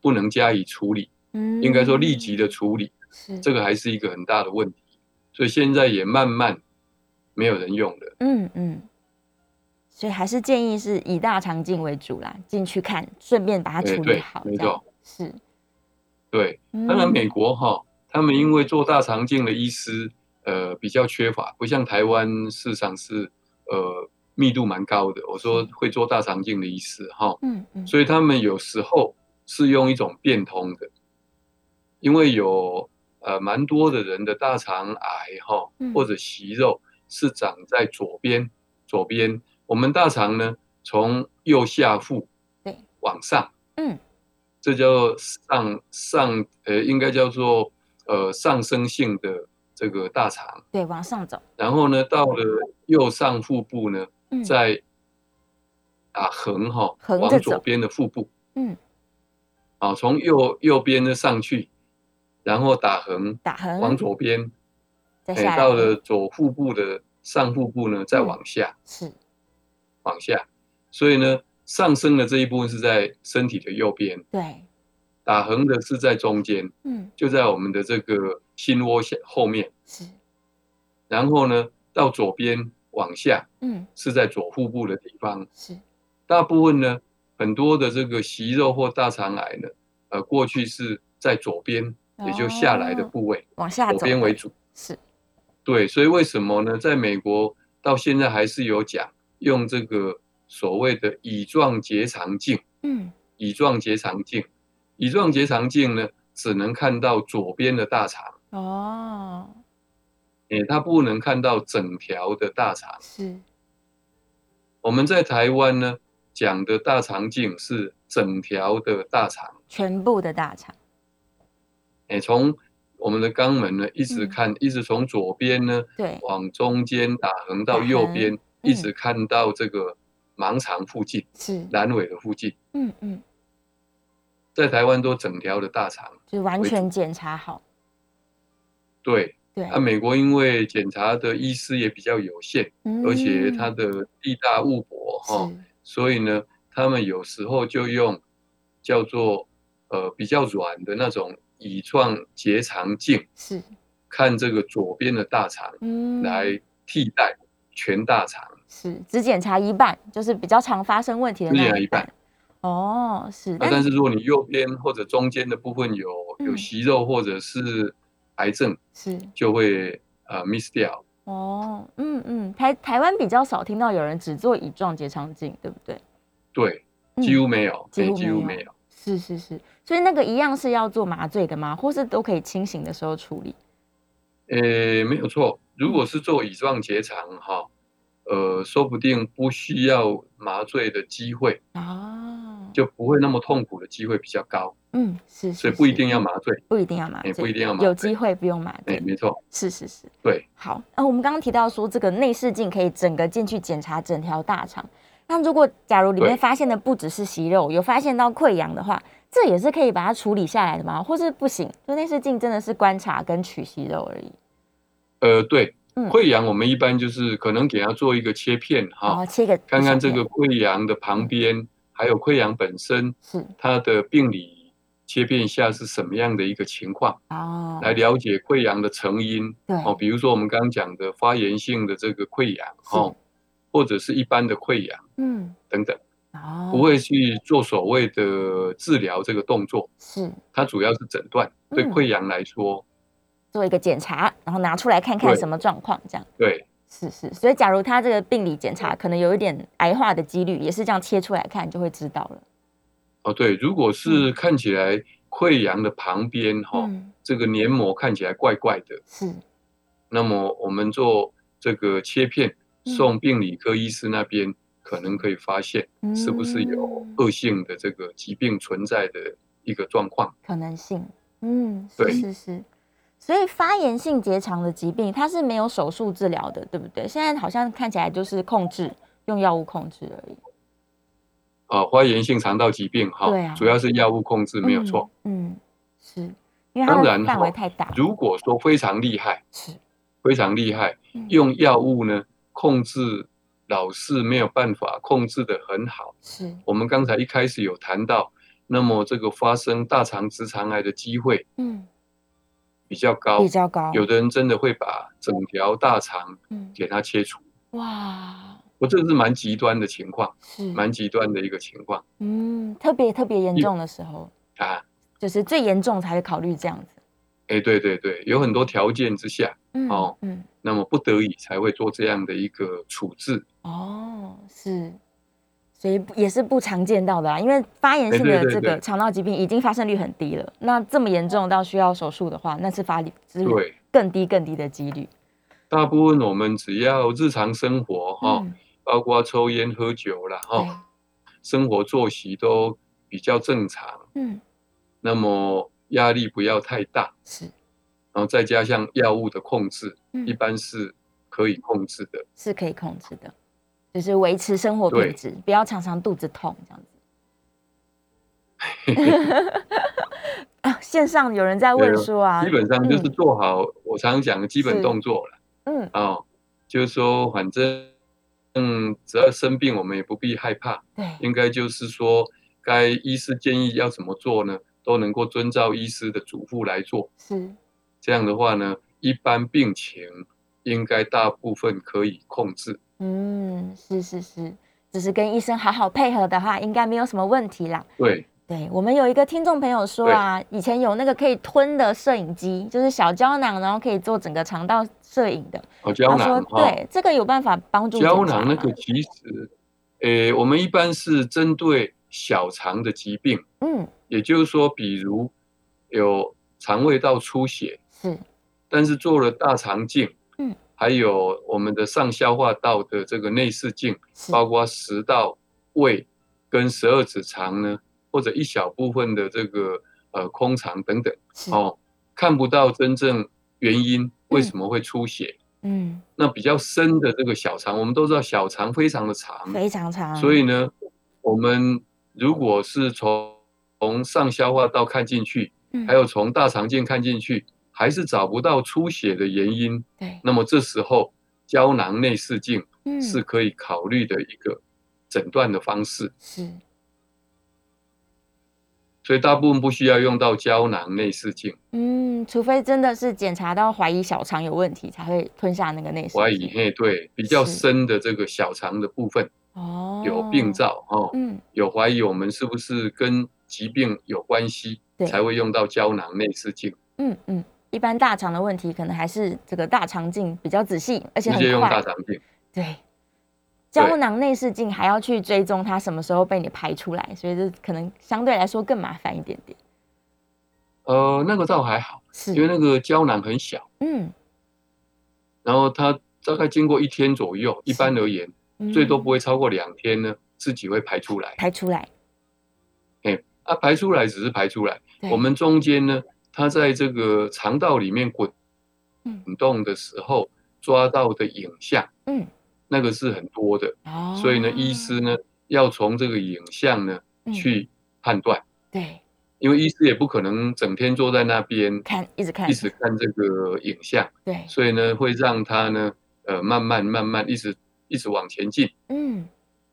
S2: 不能加以处理，
S1: 嗯，
S2: 应该说立即的处理，
S1: 是
S2: 这个还是一个很大的问题，所以现在也慢慢没有人用了。
S1: 嗯嗯，所以还是建议是以大肠镜为主啦，进去看，顺便把它
S2: 哎
S1: 处理
S2: 对
S1: 好，
S2: 没
S1: 这样嗯
S2: 错
S1: 是。
S2: 对，
S1: 当
S2: 当然美国哈、他们因为做大肠镜的医师，呃，比较缺乏，不像台湾市场是呃密度蛮高的。我说会做大肠镜的医师哈、
S1: 嗯嗯
S2: 所以他们有时候是用一种变通的，因为有呃蛮多的人的大肠癌哈、
S1: 嗯
S2: 或者息肉是长在左边，左边我们大肠呢从右下腹
S1: 对
S2: 往上，
S1: 嗯，
S2: 这叫上上呃应该叫做呃上升性的这个大肠，
S1: 对，往上走，
S2: 然后呢到了右上腹部呢
S1: 嗯
S2: 再打横哈、
S1: 横着
S2: 往
S1: 走
S2: 左边的腹部。
S1: 嗯，
S2: 啊，从右右边的上去，然后打横
S1: 打横
S2: 往左边，
S1: 再
S2: 哎、
S1: 下来，
S2: 到了左腹部的上腹部呢，再
S1: 嗯
S2: 往下、
S1: 是
S2: 往下，所以呢，上升的这一部分是在身体的右边，
S1: 对，
S2: 打横的是在中间，
S1: 嗯
S2: 就在我们的这个心窝下后面，
S1: 是，
S2: 然后呢，到左边往下
S1: 嗯
S2: 是在左腹部的地方，
S1: 是，
S2: 大部分呢，很多的这个息肉或大肠癌呢，呃，过去是在左边，也就下来的
S1: 哦
S2: 部位。
S1: 往下
S2: 左
S1: 走
S2: 边
S1: 的
S2: 为主。
S1: 是，
S2: 对，所以为什么呢？在美国到现在还是有讲用这个所谓的乙状结肠镜，
S1: 嗯
S2: 乙状结肠镜，乙状结肠镜呢，只能看到左边的大肠，
S1: 哦
S2: 诶，它不能看到整条的大肠。
S1: 是，
S2: 我们在台湾呢讲的大肠镜是整条的大肠，
S1: 全部的大肠，
S2: 诶，哎从我们的肛门呢一直
S1: 嗯
S2: 看，一直从左边呢
S1: 对，
S2: 往中间打横到
S1: 打
S2: 右
S1: 横嗯
S2: 边，一直看到这个盲肠附近、
S1: 是，
S2: 阑尾的附近，
S1: 嗯嗯，
S2: 在台湾都整条的大肠。
S1: 就完
S2: 为主
S1: 全检查好，
S2: 对，
S1: 对，
S2: 啊，美国因为检查的医师也比较有限，而且哦
S1: 嗯
S2: 它的地大物博哈、
S1: 是
S2: 所以呢，他们有时候就用叫做呃比较软的那种乙状结肠镜，
S1: 是，
S2: 看这个左边的大肠
S1: 嗯
S2: 来替代全大肠。
S1: 是只检查一半，就是比较常发生问题的
S2: 只检
S1: 那
S2: 查一半。
S1: 哦，是，
S2: 那
S1: 但
S2: 但
S1: 是
S2: 是如果你右边或者中间的部分有有
S1: 嗯
S2: 息肉或者是癌症，
S1: 是
S2: 就会呃 miss 掉。
S1: 哦，嗯嗯，台台湾比较少听到有人只做乙状结肠镜，对不对？
S2: 对，
S1: 嗯
S2: 几乎没有，
S1: 几
S2: 哎
S1: 乎
S2: 几乎
S1: 没
S2: 没
S1: 有
S2: 有。
S1: 是是是，所以那个一样是要做麻醉的吗？或是都可以清醒的时候处理？
S2: 呃，没有错。如
S1: 嗯
S2: 果是做乙状结肠哈，呃，说不定不需要麻醉的机会，
S1: 哦，
S2: 就不会那么痛苦的机会比较高，
S1: 嗯，是，
S2: 所以
S1: 是
S2: 不一
S1: 是
S2: 定要麻醉。
S1: 不一定要麻
S2: 哎
S1: 醉，
S2: 不一定要麻
S1: 有
S2: 醉
S1: 机会不用麻
S2: 哎、
S1: 醉，
S2: 没错，
S1: 是是是。
S2: 对，
S1: 好，呃，我们刚刚提到说这个内视镜可以整个进去检查整条大肠，那如果假如里面
S2: 对
S1: 发现的不只是息肉，有发现到溃疡的话，这也是可以把它处理下来的吗？或是不行？就内视镜真的是观察跟取息肉而已。
S2: 呃，对，
S1: 嗯
S2: 溃疡我们一般就是可能给它做一个切片
S1: 然
S2: 哈，
S1: 后切个
S2: 哦看看
S1: 小
S2: 这
S1: 片
S2: 个溃疡的旁边，还有溃疡本身
S1: 是
S2: 它的病理切片下是什么样的一个情况，
S1: 哦，
S2: 来了解溃疡的成因
S1: 对
S2: 哦，比如说我们刚刚讲的发炎性的这个溃疡
S1: 是
S2: 哦，或者是一般的溃疡
S1: 嗯，
S2: 等等，
S1: 哦，
S2: 不会去做所谓的治疗这个动作，
S1: 是
S2: 它主要是诊断。对
S1: 嗯
S2: 溃疡来说，
S1: 做一个检查，然后拿出来看看
S2: 对
S1: 什么状况这样。
S2: 对
S1: 是是，所以假如他这个病理检查可能有一点癌化的几率，也是这样切出来看就会知道了。
S2: 哦对，如果是看起来溃疡的旁边哈、哦，
S1: 嗯，
S2: 这个黏膜看起来怪怪的，
S1: 是
S2: 那么我们做这个切片
S1: 嗯
S2: 送病理科医师那边，可能可以发现是不是有
S1: 嗯
S2: 恶性的这个疾病存在的一个状况。
S1: 可能性。嗯，是
S2: 对
S1: 是是。所以发炎性结肠的疾病，它是没有手术治疗的，对不对？现在好像看起来就是控制，用药物控制而已。
S2: 啊，发炎性肠道疾病哈
S1: 对啊，
S2: 主要是药物控制没有错。
S1: 嗯。嗯，是因为它
S2: 当然
S1: 的
S2: 哦
S1: 范围太大。
S2: 如果说非常厉害，
S1: 是
S2: 非常厉害，
S1: 嗯
S2: 用药物呢控制老是没有办法控制的很好。
S1: 是，
S2: 我们刚才一开始有谈到，那么这个发生大肠直肠癌的机会
S1: 嗯，
S2: 比较高，
S1: 比较高。
S2: 有的人真的会把整条大肠
S1: 嗯，
S2: 给它切除，
S1: 哇，
S2: 我这是蛮极端的情况，
S1: 是
S2: 蛮极端的一个情况
S1: 嗯，特别特别严
S2: 有
S1: 重的时候，
S2: 啊。
S1: 就是最严重才会考虑这样子。
S2: 哎，对对对，有很多条件之下，
S1: 嗯
S2: 哦
S1: 嗯，
S2: 那么不得已才会做这样的一个处置。
S1: 哦，是，所以不也是不常见到的啊啦。因为发炎性
S2: 对对
S1: 的
S2: 对
S1: 这个
S2: 对
S1: 肠道疾病已经发生率很低了，那这么严重到需要手术的话，那是发率是
S2: 对，
S1: 更低更低的几率。
S2: 大部分我们只要日常生活哈、
S1: 嗯，
S2: 包括抽烟、喝酒啦哈、生活作息都比较正常，
S1: 对，嗯，
S2: 那么压力不要太大，
S1: 是，
S2: 然后再加上药物的控制，一
S1: 嗯，
S2: 般是可以控制的。
S1: 是可以控制的，就是维持生活
S2: 对
S1: 品质，不要常常肚子痛这样子。 啊，线上有人在问
S2: 对啊
S1: 说啊，
S2: 基本上就是
S1: 嗯
S2: 做好我常讲的基
S1: 是
S2: 本动作了
S1: 嗯，
S2: 哦，就是说反正嗯，只要生病我们也不必害怕，
S1: 对，
S2: 应该就是说该医师建议要怎么做呢，都能够遵照医师的嘱咐来做。
S1: 是，
S2: 这样的话呢，一般病情应该大部分可以控制。
S1: 嗯，是是是，只是跟医生好好配合的话，应该没有什么问题啦。
S2: 对，
S1: 对我们有一个听众朋友说啊，以前有那个可以吞的摄影机，就是小胶囊，然后可以做整个肠道摄影的。
S2: 哦，胶
S1: 他说
S2: 囊哈，
S1: 对，这个有办法帮助
S2: 胶
S1: 检查
S2: 囊那
S1: 吗
S2: 个其实，诶，我们一般是针对小肠的疾病。
S1: 嗯
S2: 也就是说，比如有肠胃道出血，
S1: 是
S2: 但是做了大肠镜，
S1: 嗯，
S2: 还有我们的上消化道的这个内视镜，
S1: 是
S2: 包括食道、胃跟十二指肠呢，或者一小部分的这个呃空肠等等，
S1: 是
S2: 哦，看不到真正原因为什么会出血。
S1: 嗯
S2: 那比较深的这个小肠，我们都知道小肠非常的长，
S1: 非常长，
S2: 嗯所以呢，我们如果是从从上消化道看进去，
S1: 嗯
S2: 还有从大肠镜看进去，还是找不到出血的原因，
S1: 对
S2: 那么这时候胶囊内视镜
S1: 嗯
S2: 是可以考虑的一个诊断的方式。
S1: 是
S2: 所以大部分不需要用到胶囊内视镜，
S1: 嗯，除非真的是检查到怀疑小肠有问题，才会吞下那个内视
S2: 怀疑
S1: 镜
S2: 嘿对比较
S1: 是
S2: 深的这个小肠的部分
S1: 哦
S2: 有病，灶哦，
S1: 嗯
S2: 有怀疑我们是不是跟疾病有关系
S1: 对，
S2: 才会用到胶囊内视镜。
S1: 嗯，嗯，一般大肠的问题可能还是这个大肠镜比较仔细，而且
S2: 直
S1: 很
S2: 接用大
S1: 快。
S2: 肠镜。
S1: 对，胶囊内视镜还要去追踪它什么时候被你排出来，所以这可能相对来说更麻烦一点点。
S2: 呃，那个倒还好，因
S1: 是，
S2: 为那个胶囊很小，
S1: 嗯，
S2: 然后它大概经过一天左右，一般而言最多不
S1: 会
S2: 会超过两天呢，自己会排出来。
S1: 排出来。
S2: 啊，排出来只是排出来，
S1: 对
S2: 我们中间呢，它在这个肠道里面滚
S1: 嗯
S2: 动的时候抓到的影像，
S1: 嗯，
S2: 那个是很多的，
S1: 哦
S2: 所以呢，医师呢要从这个影像呢
S1: 嗯
S2: 去判断，
S1: 对
S2: 因为医师也不可能整天坐在那边
S1: 看一直看
S2: 一直看这个影像，
S1: 对，
S2: 所以呢，会让他呢，呃，慢慢慢慢一直一直往前进，
S1: 嗯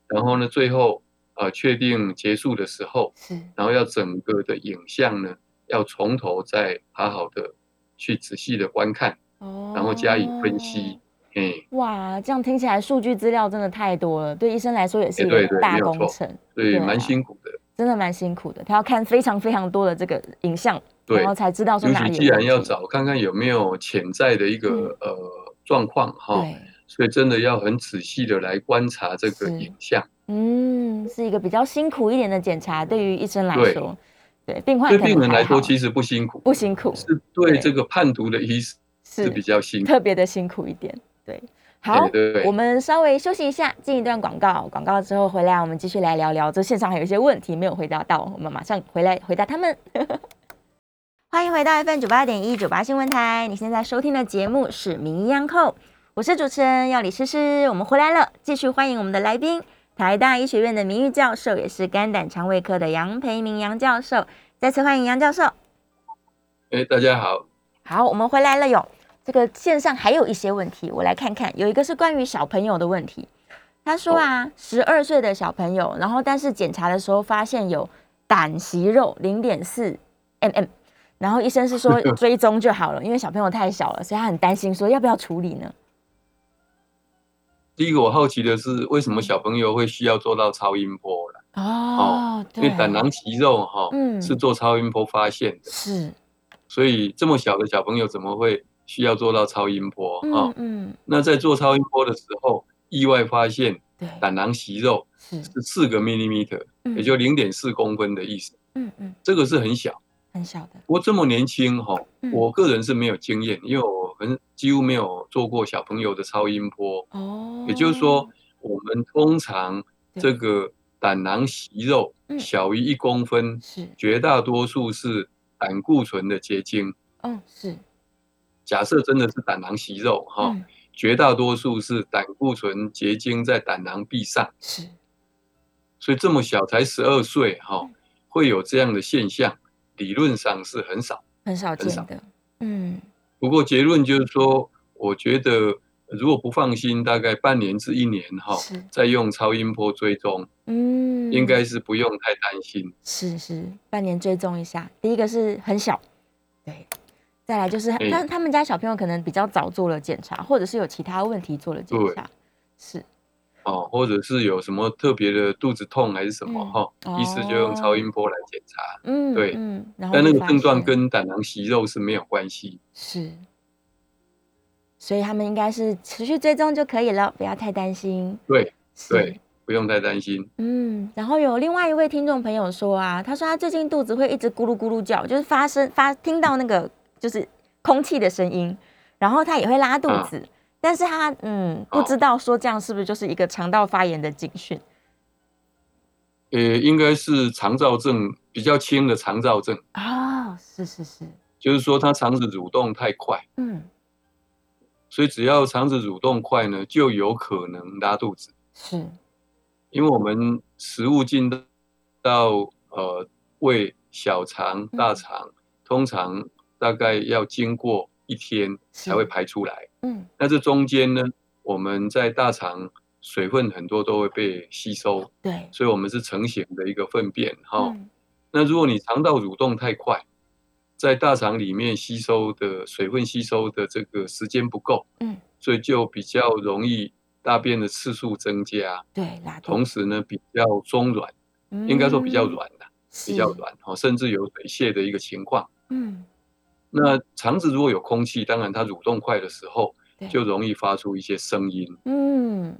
S2: 然后呢，最后呃确定结束的时候，
S1: 是
S2: 然后要整个的影像呢，要从头再好好的去仔细的观看，
S1: 哦，
S2: 然后加以分析。哎、
S1: 哇，这样听起来数据资料真的太多了，对医生来说也是
S2: 哎
S1: 一个
S2: 对对
S1: 大
S2: 没有
S1: 工
S2: 错
S1: 程，
S2: 对，
S1: 对啊
S2: 蛮辛苦的。
S1: 真的蛮辛苦的。他要看非常非常多的这个影像，
S2: 对
S1: 然后，才知道说
S2: 尤
S1: 哪
S2: 其
S1: 里有
S2: 既然
S1: 问
S2: 要
S1: 题，嗯
S2: 找看看有没有潜在的一个、呃状况哈，
S1: 对，
S2: 所以真的要很仔细的来观察这个
S1: 是
S2: 影像。
S1: 嗯，是一个比较辛苦一点的检查，对于医生来
S2: 对
S1: 说，对病患
S2: 对
S1: 可能
S2: 病人
S1: 还
S2: 来说
S1: 好
S2: 其实不辛苦，
S1: 不辛苦，
S2: 是对
S1: 对
S2: 这个判读的医师
S1: 是
S2: 是比较辛苦。
S1: 特别的辛苦一点。对，好，
S2: 对对
S1: 我们稍微休息一下，进一段广告。广告之后回来，我们继续来聊聊。这现场还有一些问题没有回答到，我们马上回来回答他们。 欢迎回到 FM 九八点一九八新闻台，你现在收听的节目是《名医央叩》，我是主持人要李诗诗。我们回来了，继续欢迎我们的来宾，台大医学院的名誉教授，也是肝胆肠胃科的杨培明杨教授。再次欢迎杨教授。
S2: 哎，大家好，
S1: 好，我们回来了哟。这个线上还有一些问题，我来看看。有一个是关于小朋友的问题，他说啊，十二岁的小朋友，然后但是检查的时候发现有胆息肉零点四 mm，然后医生是说追踪就好了，因为小朋友太小了，所以他很担心，说要不要处理呢？
S2: 第一个我好奇的是，为什么小朋友会需要做到超音波了？
S1: 哦，
S2: 因
S1: 对，
S2: 为胆囊息肉哈、
S1: 嗯
S2: 是做超音波发现的，
S1: 是，
S2: 所以这么小的小朋友怎么会需要做到超音波啊、
S1: 嗯嗯，
S2: 那在做超音波的时候，意外发现
S1: 对，
S2: 胆囊息肉
S1: 是，
S2: 是四个 millimeter，、
S1: 嗯
S2: 也就零点四公分的意思，
S1: 嗯嗯，
S2: 这个是很小。
S1: 很小的，
S2: 不过这么年轻哈、
S1: 嗯
S2: 我个人是没有经验，因为我很几乎没有做过小朋友的超音波。
S1: 哦，
S2: 也就是说，我们通常
S1: 对
S2: 这个胆囊息肉
S1: 嗯
S2: 小于一公分，
S1: 是，
S2: 绝大多数是胆固醇的结晶。
S1: 嗯是，
S2: 假设真的是胆囊息肉哈、
S1: 嗯
S2: 绝大多数是胆固醇结晶在胆囊壁上，
S1: 是，
S2: 所以这么小才十二岁哈，
S1: 嗯
S2: 会有这样的现象，理论上是很少。
S1: 很少
S2: 很少
S1: 见的，嗯。
S2: 不过结论就是说，我觉得如果不放心，大概半年至一年哈
S1: 是，
S2: 再用超音波追踪，
S1: 嗯，
S2: 应该是不用太担心。
S1: 是是半年追踪一下。第一个是很小，对，再来就是
S2: 哎
S1: 他他们家小朋友可能比较早做了检查，或者是有其他问题做了检
S2: 对
S1: 查，是
S2: 哦，或者是有什么特别的肚子痛还是什么
S1: 嗯
S2: 哈、医师就用超音波来检查，
S1: 嗯
S2: 对
S1: 嗯，然后
S2: 但那
S1: 就
S2: 个
S1: 发
S2: 症状
S1: 现
S2: 跟胆囊息肉是没有关系。
S1: 是，所以他们应该是持续追踪就可以了，不要太担心。
S2: 对，
S1: 是
S2: 对，不用太担心。
S1: 嗯，然后有另外一位听众朋友说啊，他说他最近肚子会一直咕噜咕噜叫，就是发生发听到那个就是空气的声音，然后他也会拉肚
S2: 嗯
S1: 子，但是他嗯不
S2: 哦
S1: 知道说这样是不是就是一个肠道发炎的警讯，
S2: 呃，应该是肠燥症比较轻的肠燥症，
S1: 哦，是是是，
S2: 就是说它肠子蠕动太快，
S1: 嗯
S2: 所以只要肠子蠕动快呢，就有可能拉肚子。
S1: 是
S2: 因为我们食物进到到呃胃、小肠、
S1: 嗯
S2: 大肠，通常大概要经过一天才会
S1: 是
S2: 排出来。
S1: 嗯
S2: 那这中间呢，我们在大肠水分很多都会被吸收，
S1: 对，
S2: 所以我们是成型的一个粪便哈、
S1: 嗯
S2: 那如果你肠道蠕动太快，在大肠里面吸收的水分吸收的这个时间不够，
S1: 嗯，
S2: 所以就比较容易大便的次数增加，
S1: 对拉肚
S2: 同
S1: 子，
S2: 时呢比较中软，应该说比较
S1: 嗯，
S2: 软的、比较
S1: 是，
S2: 软哦，甚至有水泄的一个情况。
S1: 嗯
S2: 那肠子如果有空气，当然它蠕动快的时候
S1: 对，
S2: 就容易发出一些声音。
S1: 嗯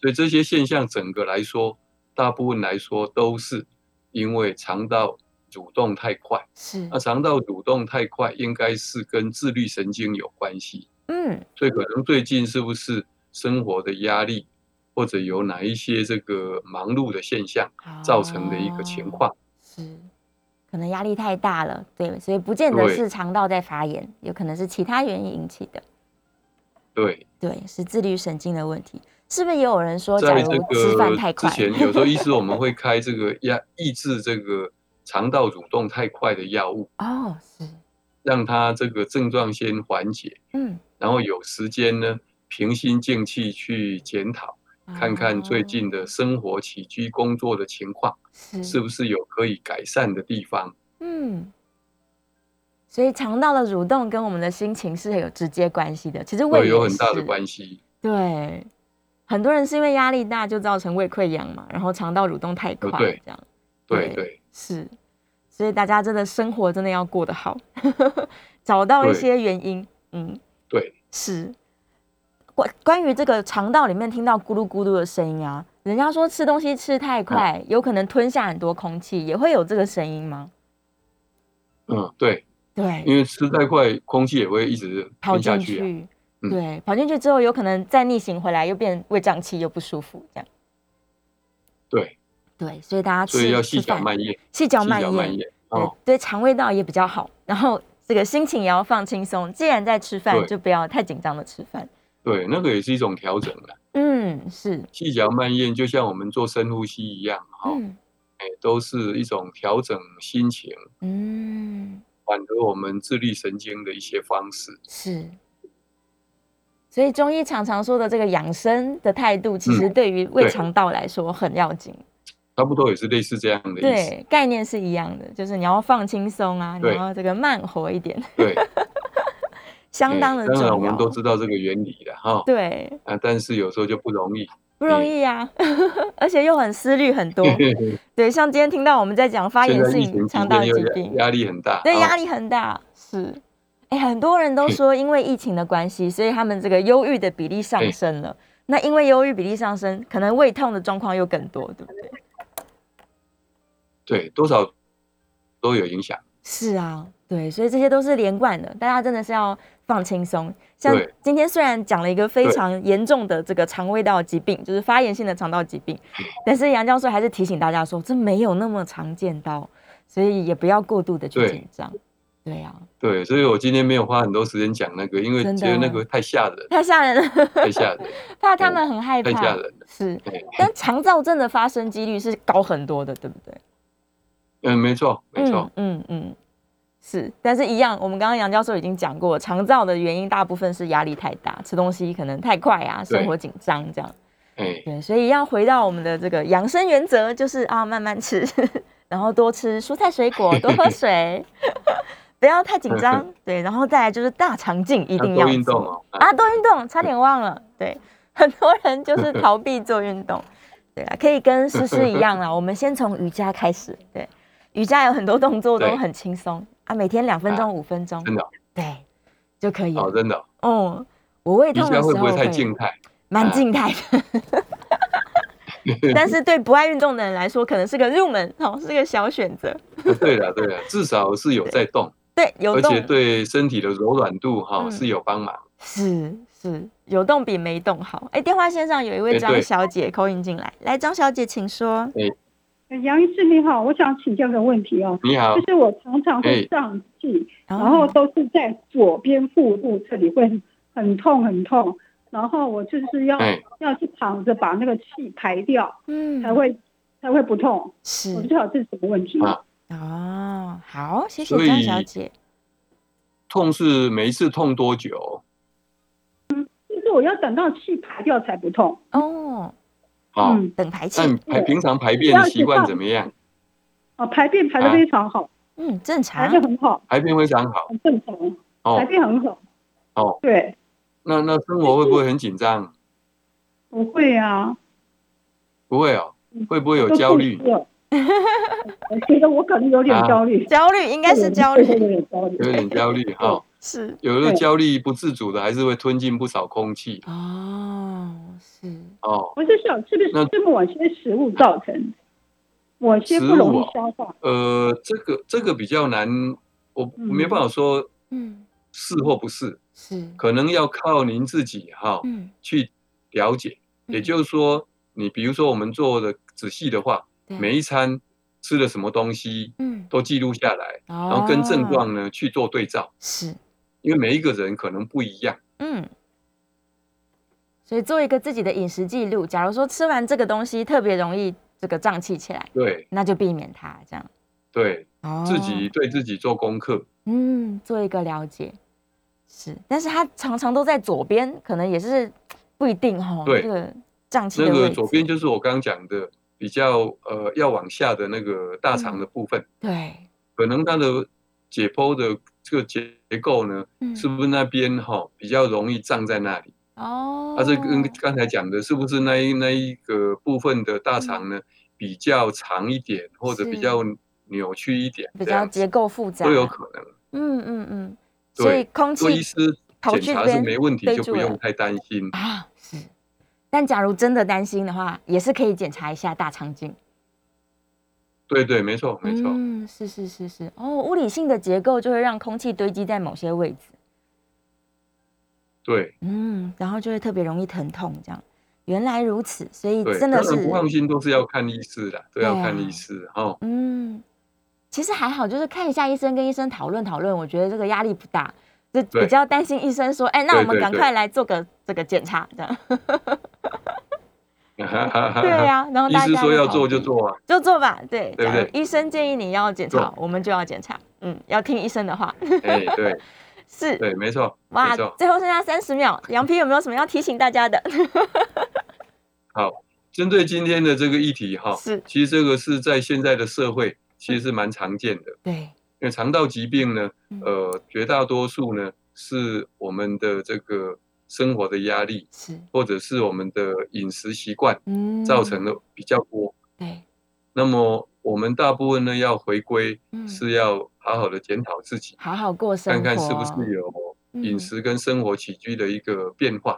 S2: 所以这些现象整个来说，大部分来说都是因为肠道蠕动太快。
S1: 是
S2: 那肠道蠕动太快，应该是跟自律神经有关系，
S1: 嗯
S2: 所以可能最近是不是生活的压力，或者有哪一些这个忙碌的现象造成的一个情
S1: 哦
S2: 况？
S1: 是可能压力太大了，对，所以不见得
S2: 对
S1: 是肠道在发炎，有可能是其他原因引起的，
S2: 对，
S1: 对，是自律神经的问题。是不是也有人说，假
S2: 在
S1: 如
S2: 这
S1: 吃饭太
S2: 个之
S1: 快，
S2: 前，有时候医师我们会开这个压抑制这个肠道蠕动太快的药物，
S1: 哦，是，
S2: 让它这个症状先缓解，
S1: 嗯，
S2: 然后有时间呢平心静气去检讨，看看最
S1: 哦
S2: 近的生活起居、工作的情况
S1: 是
S2: 是不是有可以改善的地方。
S1: 嗯，所以肠道的蠕动跟我们的心情是有直接关系的。其实胃
S2: 会有
S1: 也
S2: 很大的
S1: 是
S2: 关系。
S1: 对，很多人是因为压力大就造成胃溃疡嘛，然后肠道蠕动太快，
S2: 呃对
S1: 这样
S2: 对
S1: 对
S2: 对
S1: 是。所以大家真的生活真的要过得好， 找到一
S2: 对
S1: 些原因，嗯，
S2: 对，
S1: 是。关关于这个肠道里面听到咕噜咕噜的声音啊，人家说吃东西吃太快，有可能吞下很多空气，也会有这个声音吗？
S2: 嗯对，
S1: 对，
S2: 因为吃太快，空气也会一直
S1: 跑
S2: 吞下
S1: 进
S2: 去、啊。
S1: 去，
S2: 嗯
S1: 对，跑进去之后有可能再逆行回来，又变胃胀气，又不舒服，这样。
S2: 对，
S1: 对，所以大家吃
S2: 所以要
S1: 吃
S2: 细嚼
S1: 饭
S2: 慢咽，
S1: 细嚼
S2: 细
S1: 慢
S2: 嚼
S1: 咽，
S2: 慢咽。哦，
S1: 对，对肠胃道也比较好。然后这个心情也要放轻松，既然在吃饭，
S2: 对
S1: 就不要太紧张的吃饭。
S2: 对，那个也是一种调整了。
S1: 嗯，是，
S2: 细嚼慢咽，就像我们做深呼吸一样，哈、哦，
S1: 嗯
S2: 哎、都是一种调整心情、
S1: 嗯
S2: 缓和我们自律神经的一些方式。
S1: 是。所以中医常常说的这个养生的态度，其实对于胃
S2: 嗯对
S1: 肠道来说很要紧。
S2: 差不多也是类似这样的意思。
S1: 对，概念是一样的，就是你要放轻松啊，你
S2: 对
S1: 要这个慢活一点，
S2: 对，
S1: 相当的
S2: 哎
S1: 重
S2: 当然
S1: 要。
S2: 我们都知道这个原理了哈。
S1: 对，
S2: 啊，但是有时候就不容易。
S1: 不容易呀、 而且又很思虑很 多。
S2: 现
S1: 对，像今天听到我们在讲发炎
S2: 在疫
S1: 性
S2: 情期
S1: 肠道
S2: 间
S1: 疾
S2: 又
S1: 病
S2: 压，压力很大，
S1: 对
S2: 哦嗯
S1: 压力很大，是。哎，很多人都说因为疫情的关系，所以他们这个忧郁的比例上
S2: 对
S1: 升了。那因为忧郁比例上升，可能胃痛的状况又更多，对不对？
S2: 对，多少都有影响。
S1: 是啊，对，所以这些都是连贯的，大家真的是要放轻松。像
S2: 对
S1: 今天虽然讲了一个非
S2: 对
S1: 常严重的这个肠胃道疾病，就是发炎性的肠道疾病，
S2: 嗯
S1: 但是杨教授还是提醒大家说，这没有那么常见到，所以也不要过度的去
S2: 对
S1: 紧张。对啊呀、
S2: 对，所以我今天没有花很多时间讲那个，因为
S1: 真的
S2: 觉得那个太吓人，
S1: 太吓人 了，
S2: 太吓人，
S1: 怕他们很害怕。
S2: 太吓人了。
S1: 是，
S2: 对，
S1: 但肠燥症的发生几率是高很多的，对不对？
S2: 嗯，没错，没错，
S1: 嗯嗯嗯，是，但是一样，我们刚刚杨教授已经讲过，肠燥的原因大部分是压力太大，吃东西可能太快啊，
S2: 对
S1: 生活紧张这样。
S2: 哎，
S1: 对，所以要回到我们的这个养生原则，就是啊，慢慢吃， 然后多吃蔬菜水 果，多喝水， 不要太紧张。对，然后再来就是大肠镜一
S2: 要
S1: 定要
S2: 多运
S1: 做
S2: 动哦。啊
S1: 啊，多运动，差点忘了。对， 很多人就是逃避做运动。对啊，可以跟诗诗一 样啦，我们先从瑜伽开始。对，瑜伽有很多动作都
S2: 对
S1: 很轻松啊，每天两分钟、
S2: 啊
S1: 五分钟，
S2: 真的哦，
S1: 对，就可以
S2: 哦，
S1: 了。
S2: 真的哦，
S1: 嗯，我胃
S2: 瑜
S1: 痛的
S2: 伽会
S1: 时
S2: 不
S1: 候
S2: 会太静态？
S1: 蛮
S2: 啊
S1: 静态 的。但是对不爱运动的人来说，可能是个入门哦，是个小选择。
S2: 对了，对了，至少是有在动，
S1: 对，有
S2: 而
S1: 动
S2: 且对身体的柔软度哈
S1: 嗯
S2: 是有帮忙。
S1: 是是有动比没动好。哎，电话线上有一位
S2: 哎
S1: 张
S2: 对
S1: 小姐扣音进来，来，张小姐请说。
S3: 杨医师你好，我想请教个问题哦，
S2: 你好
S3: 就，是我常常会
S2: 哎
S3: 胀气，
S1: 然
S3: 然后都是在左边腹部这里会很痛很痛，然后我就是要、
S2: 哎，
S3: 要去躺着把那个气排掉，
S1: 嗯
S3: 才会、才会不痛。我不
S1: 是
S3: 知道这是什么问题。
S2: 啊
S1: 哦，好，谢谢
S2: 所
S1: 张小
S2: 以
S1: 姐。
S2: 痛是每一次痛多久？
S3: 就是我要等到气排掉才不痛。
S1: 哦，
S2: 哦，
S3: 嗯，
S1: 等排气，
S2: 但排平常排便的习惯怎么样？
S3: 啊，排便排得
S2: 啊
S3: 非常好，
S1: 嗯，正
S3: 排
S1: 常
S3: 得。很好，
S2: 排便非常好
S3: 很正常，排
S2: 哦。
S3: 便很好。
S2: 哦，
S3: 对，
S2: 那那生活会不会很紧张？
S3: 不会啊，
S2: 不会哦
S3: 嗯，
S2: 会不会有
S3: 都
S2: 焦
S3: 不
S2: 虑
S3: 吃？了。我觉得我可能有点
S2: 啊
S3: 焦虑。
S1: 焦虑应
S3: 应
S1: 该是焦虑，
S3: 有点焦虑。
S2: 有点 焦虑哈，
S1: 是
S2: 有的
S3: 对
S2: 焦虑不自主的还是会吞进不少空气
S1: 哦，是
S2: 哦。
S3: 我是想，是不
S2: 那
S3: 是是某些食物造成的？某些不容易消化。
S2: 呃，这个这个比较难，我
S3: 嗯
S2: 没办法说
S1: 嗯
S2: 是或不是，
S1: 是
S2: 可能要靠您自己哈
S1: 嗯
S2: 去了解。
S1: 嗯
S3: 嗯
S2: 也就是说，你比如说我们做的仔细的话，
S1: 对
S2: 每一餐吃了什么东西
S1: 嗯，
S2: 都记录下来，
S1: 然
S2: 然后跟
S3: 哦
S2: 症状呢去做对照，
S1: 是，
S2: 因为每一个人可能不一样。
S1: 嗯。所以做一个自己的饮食记录，假如说吃完这个东西特别容易这个胀气起来，
S2: 对
S1: 那就避免它这样。
S2: 对，
S1: 哦
S2: 自己对自己做功课，
S1: 嗯，做一个了解，是，但是它常常都在左边，可能也是不一定哈。
S2: 对
S1: 这个胀气
S2: 那
S1: 的位
S2: 个
S1: 置
S2: 左边就是我刚刚讲的比较呃要往下的那个大
S1: 嗯
S2: 肠的部分，
S1: 对，
S2: 可能它的解剖的这个结构呢，
S1: 嗯
S2: 是不是那边哈、比较容易胀在那里？
S1: 哦，
S2: 它、是跟刚才讲的，是不是那一那一个部分的大肠呢、比较长一点，或者比
S1: 嗯是
S2: 较扭曲一点，
S1: 比
S2: 这
S1: 较
S2: 样
S1: 结啊构复杂，
S2: 都有可能。
S1: 嗯嗯嗯，
S2: 对
S1: 所以空
S2: 做医
S1: 气
S2: 师
S1: 跑
S2: 检
S1: 去
S2: 查
S1: 这
S2: 是
S1: 边
S2: 没问题，
S1: 逮
S2: 就
S1: 住
S2: 不用
S1: 了
S2: 太担心。
S1: 啊是，但假如真的担心的话，也是可以检查一下大肠镜。
S2: 对对，没错没错。
S1: 嗯，是是是是，哦，物理性的结构就会让空气堆积在某些位置，
S2: 对
S1: 嗯，然后就会特别容易疼痛这样。原来如此，所以
S2: 对，
S1: 真的
S2: 当然
S1: 是
S2: 不放心都是要看医师的，都要
S1: 对啊
S2: 看医师哈。 哦
S1: 嗯，其实还好，就是看一下医生，跟医生讨论讨论，我觉得这个压力不大，就比
S2: 对
S1: 较担心医生说，哎，那
S2: 对
S1: 我们
S2: 对
S1: 赶
S2: 对
S1: 快来做个这个检查，这样。
S2: 哈哈哈
S1: 对呀、然后
S2: 医
S1: 大
S2: 师
S1: 家
S2: 说
S1: 就
S2: 要
S1: 逃
S2: 做就
S1: 避，
S2: 做啊，
S1: 就做吧。对，
S2: 对不
S1: 假如
S2: 对
S1: 医生建议你要检查
S2: 做，
S1: 我们就要检查，嗯，要听医生的话。
S2: 哎，对
S1: 是，
S2: 对，没错，
S1: 哇
S2: 没，错。
S1: 最后剩下三十秒，杨皮有没有什么要提醒大家的？
S2: 针对今天的这个议题哈，
S1: 是
S2: 其实这个是在现在的社会其实是蛮常见的，
S1: 对，
S2: 因为肠道疾病呢
S1: 嗯，
S2: 呃，绝大多数呢是我们的这个生活的压力
S1: 是，
S2: 或者是我们的饮食习惯
S1: 嗯，
S2: 造成的比较多。
S1: 对，
S2: 那么我们大部分呢要回归
S1: 嗯，
S2: 是要好好的检讨自己，
S1: 好好过生
S2: 看
S1: 活，哦啊嗯
S2: 看是不是有饮食跟生活起居的一个变化。